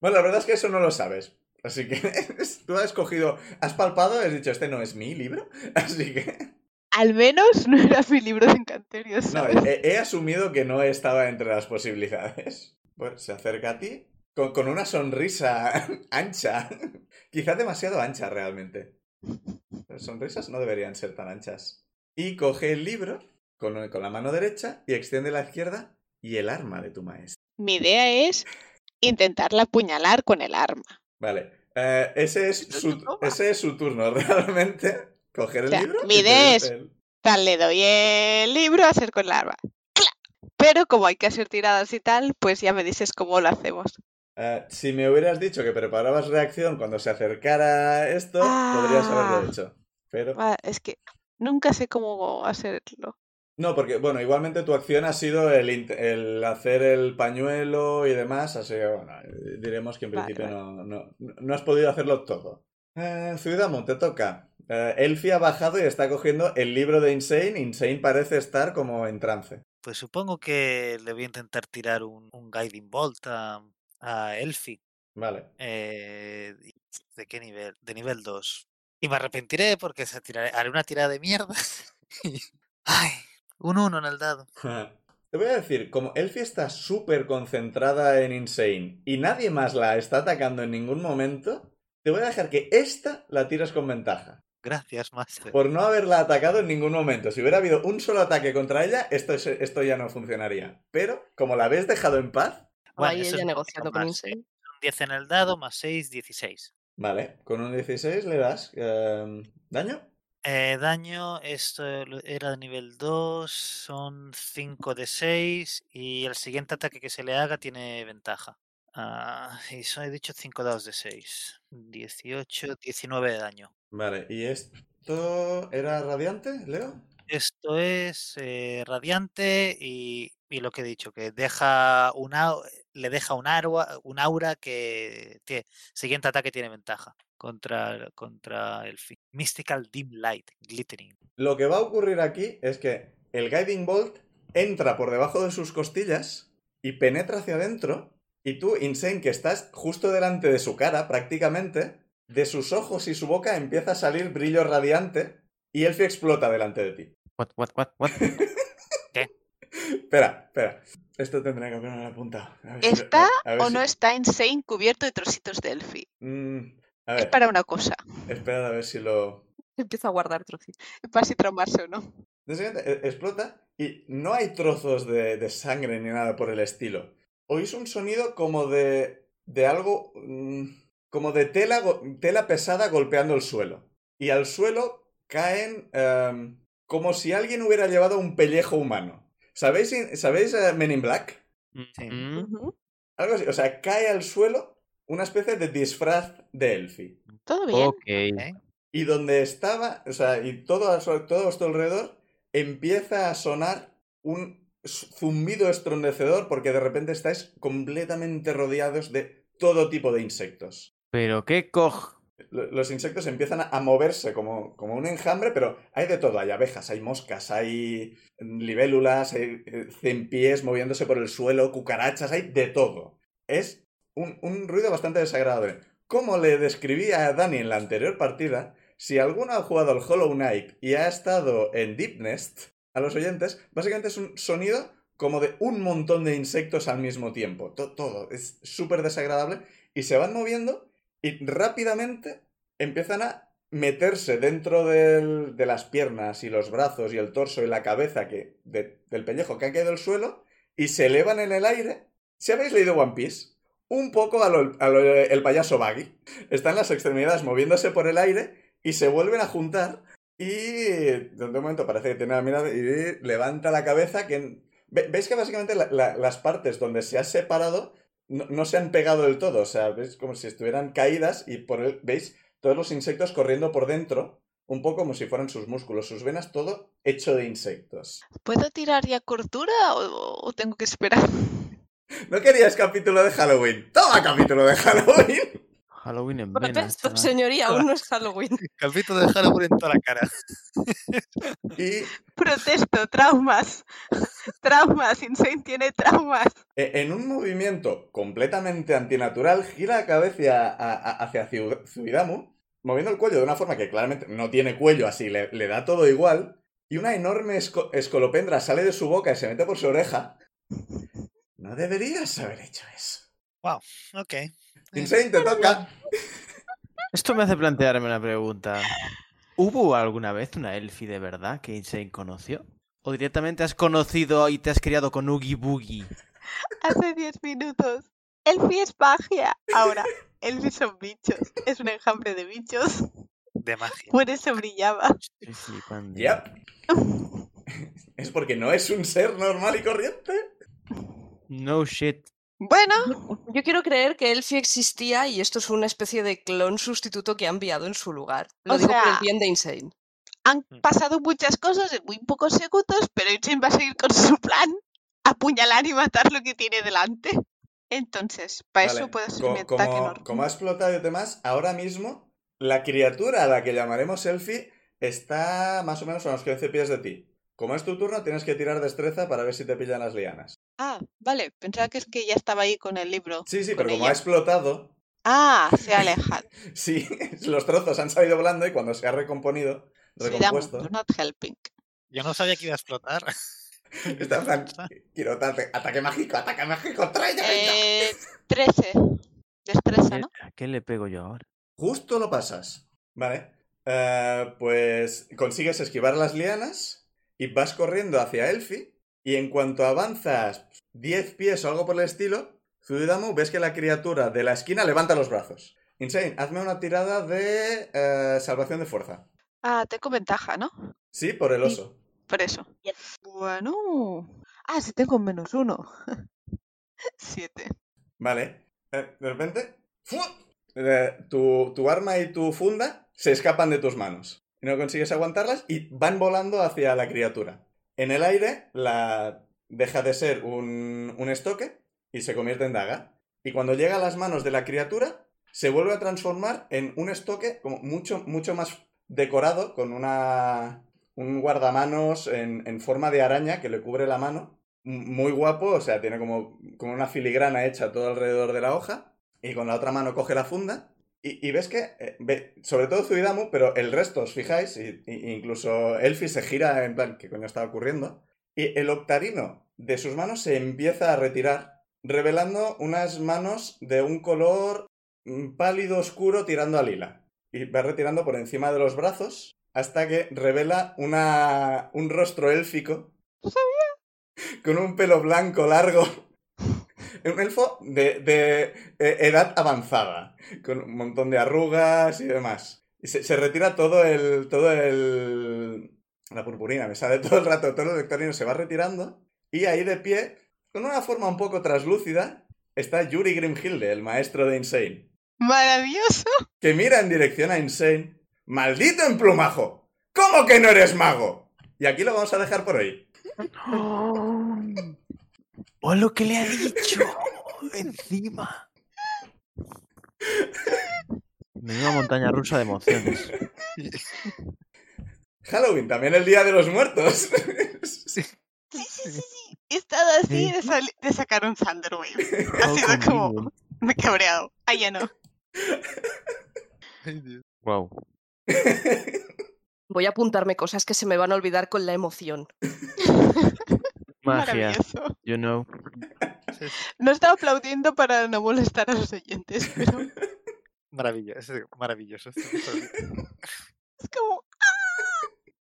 Speaker 1: bueno, la verdad es que eso no lo sabes. Así que tú has cogido, has palpado, has dicho, este no es mi libro. Así que.
Speaker 7: Al menos no era mi libro de encanterios.
Speaker 1: No,
Speaker 7: ¿sabes?
Speaker 1: he, he asumido que no estaba entre las posibilidades. Bueno, se acerca a ti con, con una sonrisa ancha. Quizá demasiado ancha realmente. Las sonrisas no deberían ser tan anchas. Y coge el libro con, con la mano derecha y extiende la izquierda y el arma de tu maestro.
Speaker 7: Mi idea es intentarla apuñalar con el arma.
Speaker 1: Vale. Eh, ese, es
Speaker 7: Esto es
Speaker 1: su,
Speaker 7: una broma.
Speaker 1: ese es su turno, realmente. Coger el
Speaker 7: O sea,
Speaker 1: libro.
Speaker 7: mi
Speaker 1: y
Speaker 7: idea
Speaker 1: pedirte
Speaker 7: es-
Speaker 1: el-
Speaker 7: Tal, le doy el libro, hacer con el arma. ¡Cla! Pero como hay que hacer tiradas y tal, pues ya me dices cómo lo hacemos.
Speaker 1: Eh, si me hubieras dicho que preparabas reacción cuando se acercara esto,
Speaker 7: Ah.
Speaker 1: podrías haberlo hecho. Pero.
Speaker 7: Ah, Es que nunca sé cómo hacerlo.
Speaker 1: No, porque, bueno, igualmente tu acción ha sido el, int- el hacer el pañuelo y demás, así que, bueno, eh, diremos que en
Speaker 7: Vale,
Speaker 1: principio No, no- no has podido hacerlo todo. Eh, Zuidamo, te toca. Eh, Elfi ha bajado y está cogiendo el libro de Insane. Insane parece estar como en trance.
Speaker 6: Pues supongo que le voy a intentar tirar un, un Guiding Bolt a, a Elfi.
Speaker 1: Vale.
Speaker 6: Eh, y- ¿De qué nivel? De nivel 2. Y me arrepentiré porque se tiraré- haré una tirada de mierda. y- Ay, un 1 en el dado.
Speaker 1: Te voy a decir, como Elfie está súper concentrada en Insane y nadie más la está atacando en ningún momento, te voy a dejar que esta la tiras con ventaja.
Speaker 6: Gracias, Master.
Speaker 1: Por no haberla atacado en ningún momento. Si hubiera habido un solo ataque contra ella, esto, es- esto ya no funcionaría. Pero, como la habéis dejado en paz,
Speaker 6: Bueno,
Speaker 4: Ahí
Speaker 6: eso es
Speaker 4: ella
Speaker 6: un
Speaker 4: negociando
Speaker 6: poquito
Speaker 4: con
Speaker 6: más, ¿eh?
Speaker 4: Insane.
Speaker 6: Un 10 en el dado más 6, 16.
Speaker 1: vale, con un 16 le das eh, daño.
Speaker 6: Eh, daño, esto lo- era de nivel 2, son 5 de 6 y el siguiente ataque que se le haga tiene ventaja. Ah, y son, he dicho 5 dados de 6. 18, 19 de daño.
Speaker 1: Vale, ¿y esto era radiante, Leo?
Speaker 6: Esto es eh, radiante y, y lo que he dicho, que deja un au- le deja un aura, un aura que tie- siguiente ataque tiene ventaja contra, contra el fin. Mystical Dim Light, Glittering.
Speaker 1: Lo que va a ocurrir aquí es que el Guiding Bolt entra por debajo de sus costillas y penetra hacia adentro. Y tú, Insane, que estás justo delante de su cara prácticamente, de sus ojos y su boca empieza a salir brillo radiante y Elfie explota delante de ti.
Speaker 3: What, what, what, what?
Speaker 1: Espera, espera. Esto tendría que poner la punta. A ver si-
Speaker 7: ¿Está
Speaker 1: a ver
Speaker 7: o
Speaker 1: si-
Speaker 7: no está Insane cubierto de trocitos de Elfi?
Speaker 1: Mm, a
Speaker 7: Es
Speaker 1: ver,
Speaker 7: para una cosa,
Speaker 1: esperad a ver si lo...
Speaker 4: Empieza a guardar trocitos.
Speaker 7: para si traumarse o no.
Speaker 1: No sé, eh, explota y no hay trozos de, de sangre ni nada por el estilo. Oís un sonido como de, de algo, mm, como de tela, go- tela pesada golpeando el suelo. Y al suelo caen em, como si alguien hubiera llevado un pellejo humano. ¿Sabéis, in- ¿sabéis eh, Men in Black?
Speaker 6: Sí.
Speaker 3: Mm,
Speaker 4: Ujú.
Speaker 1: Algo así, o sea, cae al suelo una especie de disfraz de Elfie.
Speaker 7: Todo bien.
Speaker 3: Ok.
Speaker 1: Y donde estaba, o sea, y todo a su, todo a su alrededor empieza a sonar un zumbido estrondecedor porque de repente estáis completamente rodeados de todo tipo de insectos.
Speaker 3: Pero qué coj.
Speaker 1: Lo- Los insectos empiezan a- a moverse como, como un enjambre, pero hay de todo. Hay abejas, hay moscas, hay mm, libélulas, hay eh, cempiés moviéndose por el suelo, cucarachas, hay de todo. Es un, un ruido bastante desagradable. Como le describí a Dani en la anterior partida, si alguno ha jugado al Hollow Knight y ha estado en Deep Nest, a los oyentes, básicamente es un sonido como de un montón de insectos al mismo tiempo. To- todo. Es súper desagradable. Y se van moviendo y rápidamente empiezan a meterse dentro del- de las piernas y los brazos y el torso y la cabeza que, de- del pellejo que ha caído al suelo y se elevan en el aire. Si habéis leído One Piece, un poco a lo- a lo- el payaso Baggy. Están las extremidades moviéndose por el aire y se vuelven a juntar y de un momento parece que tiene la mirada y levanta la cabeza que... ve- ¿Veis que básicamente la- la- las partes donde se ha separado no, no se han pegado del todo, o sea, veis como si estuvieran caídas y por el, veis todos los insectos corriendo por dentro, un poco como si fueran sus músculos, sus venas, todo hecho de insectos.
Speaker 7: ¿Puedo tirar ya cordura o, o tengo que esperar?
Speaker 1: ¿No querías capítulo de Halloween? ¡Toma capítulo de Halloween!
Speaker 3: Halloween en
Speaker 4: Bueno,
Speaker 3: venas.
Speaker 4: esto,
Speaker 3: chaval.
Speaker 4: señoría, aún no es Halloween.
Speaker 6: Calvito de Halloween en toda la cara.
Speaker 1: Y
Speaker 7: Protesto, traumas. Traumas, Insane tiene traumas.
Speaker 1: E- En un movimiento completamente antinatural, gira la cabeza a- a- hacia Ciu- Zuidamu, moviendo el cuello de una forma que claramente no tiene cuello, así le, le da todo igual, y una enorme esco- escolopendra sale de su boca y se mete por su oreja. No deberías haber hecho eso.
Speaker 6: Ok.
Speaker 1: Insane, te toca.
Speaker 3: Esto me hace plantearme una pregunta. ¿Hubo alguna vez una Elfi de verdad que Insane conoció? ¿O directamente has conocido y te has criado con Oogie Boogie?
Speaker 7: Hace 10 minutos. Elfi es magia. Ahora, Elfi son bichos. Es un enjambre de bichos.
Speaker 6: De magia.
Speaker 7: Por eso brillaba.
Speaker 3: Estoy flipando.
Speaker 1: Yep. Es porque no es un ser normal y corriente.
Speaker 3: No shit.
Speaker 7: Bueno,
Speaker 4: Yo quiero creer que Elfie existía y esto es una especie de clon sustituto que ha enviado en su lugar. Lo
Speaker 7: O
Speaker 4: digo por el
Speaker 7: sea,
Speaker 4: bien de Insane.
Speaker 7: han
Speaker 1: Mm.
Speaker 7: pasado muchas cosas en muy pocos segundos, pero Eugene va a seguir con su plan, apuñalar y matar lo que tiene delante. Entonces, para
Speaker 1: Vale,
Speaker 7: eso puedo hacer
Speaker 1: co-
Speaker 7: mi ataque
Speaker 1: como,
Speaker 7: normal.
Speaker 1: como ha explotado y demás, ahora mismo la criatura a la que llamaremos Elfie está más o menos a unos 15 pies de ti. Como es tu turno, tienes que tirar destreza para ver si te pillan las lianas.
Speaker 7: Ah, vale, pensaba que es que ya estaba ahí con el libro.
Speaker 1: Sí, sí,
Speaker 7: con
Speaker 1: pero como
Speaker 7: ella.
Speaker 1: ha explotado,
Speaker 7: Ah, se ha alejado.
Speaker 1: sí, los trozos han salido volando y cuando se ha recomponido,
Speaker 7: Soy Damu,
Speaker 1: recompuesto,
Speaker 7: do not helping.
Speaker 6: Yo no sabía que iba a explotar.
Speaker 1: está en plan, quiero ataque, ataque mágico, ataque mágico, trae, trae, trae".
Speaker 7: Eh, 13. Destreza,
Speaker 3: ¿Qué,
Speaker 7: ¿no?
Speaker 3: a qué le pego yo ahora?
Speaker 1: Justo lo pasas. Vale. Eh, pues consigues esquivar las lianas y vas corriendo hacia Elfi. Y en cuanto avanzas 10 pies o algo por el estilo, Zuidamu, ves que la criatura de la esquina levanta los brazos. Insane, hazme una tirada de eh, salvación de fuerza.
Speaker 7: Ah, tengo ventaja, ¿no?
Speaker 1: Sí, por el oso.
Speaker 7: Por eso. Bueno. Ah, sí tengo un menos uno. Siete.
Speaker 1: Vale. Eh, de repente, ¡fu! Eh, tu, tu arma y tu funda se escapan de tus manos. y no consigues aguantarlas y van volando hacia la criatura. En el aire la deja de ser un, un estoque y se convierte en daga. Y cuando llega a las manos de la criatura, se vuelve a transformar en un estoque como mucho, mucho más decorado, con una, un guardamanos en, en forma de araña que le cubre la mano. M- Muy guapo, o sea, tiene como, como una filigrana hecha todo alrededor de la hoja. Y con la otra mano coge la funda. Y, y ves que, eh, ve- sobre todo Zuidamu, pero el resto, os fijáis, y- y- incluso Elfi se gira en plan, ¿qué coño está ocurriendo? Y el octarino de sus manos se empieza a retirar, revelando unas manos de un color mm, pálido oscuro tirando a lila. Y va retirando por encima de los brazos hasta que revela una, un rostro élfico con un pelo blanco largo. Un elfo de, de, eh, edad avanzada, con un montón de arrugas y demás. Y se, se retira todo el, todo el, la purpurina me sale todo el rato, todo el vectorino se va retirando. Y ahí de pie, con una forma un poco traslúcida, está Yuri Grimhilde, el maestro de Insane.
Speaker 7: Maravilloso.
Speaker 1: Que mira en dirección a Insane. ¡Maldito emplumajo! ¿Cómo que no eres mago? Y aquí lo vamos a dejar por hoy.
Speaker 3: ¡Oh, lo que le ha dicho! Encima. Menuda montaña rusa de emociones.
Speaker 1: Halloween, también el Día de los Muertos.
Speaker 7: Sí, sí, sí, sí. He estado así
Speaker 3: Sí.
Speaker 7: de, sali- de sacar un Thunderwave. Ha
Speaker 3: Todo
Speaker 7: sido como,
Speaker 3: convive.
Speaker 7: me he cabreado. Ah, ya no.
Speaker 6: Ay, Dios.
Speaker 3: Guau.
Speaker 4: Voy a apuntarme cosas que se me van a olvidar con la emoción.
Speaker 3: Magia,
Speaker 7: Maravilloso.
Speaker 3: you know.
Speaker 7: No estaba aplaudiendo para no molestar a los oyentes, pero es
Speaker 6: Maravilloso, maravilloso.
Speaker 7: como,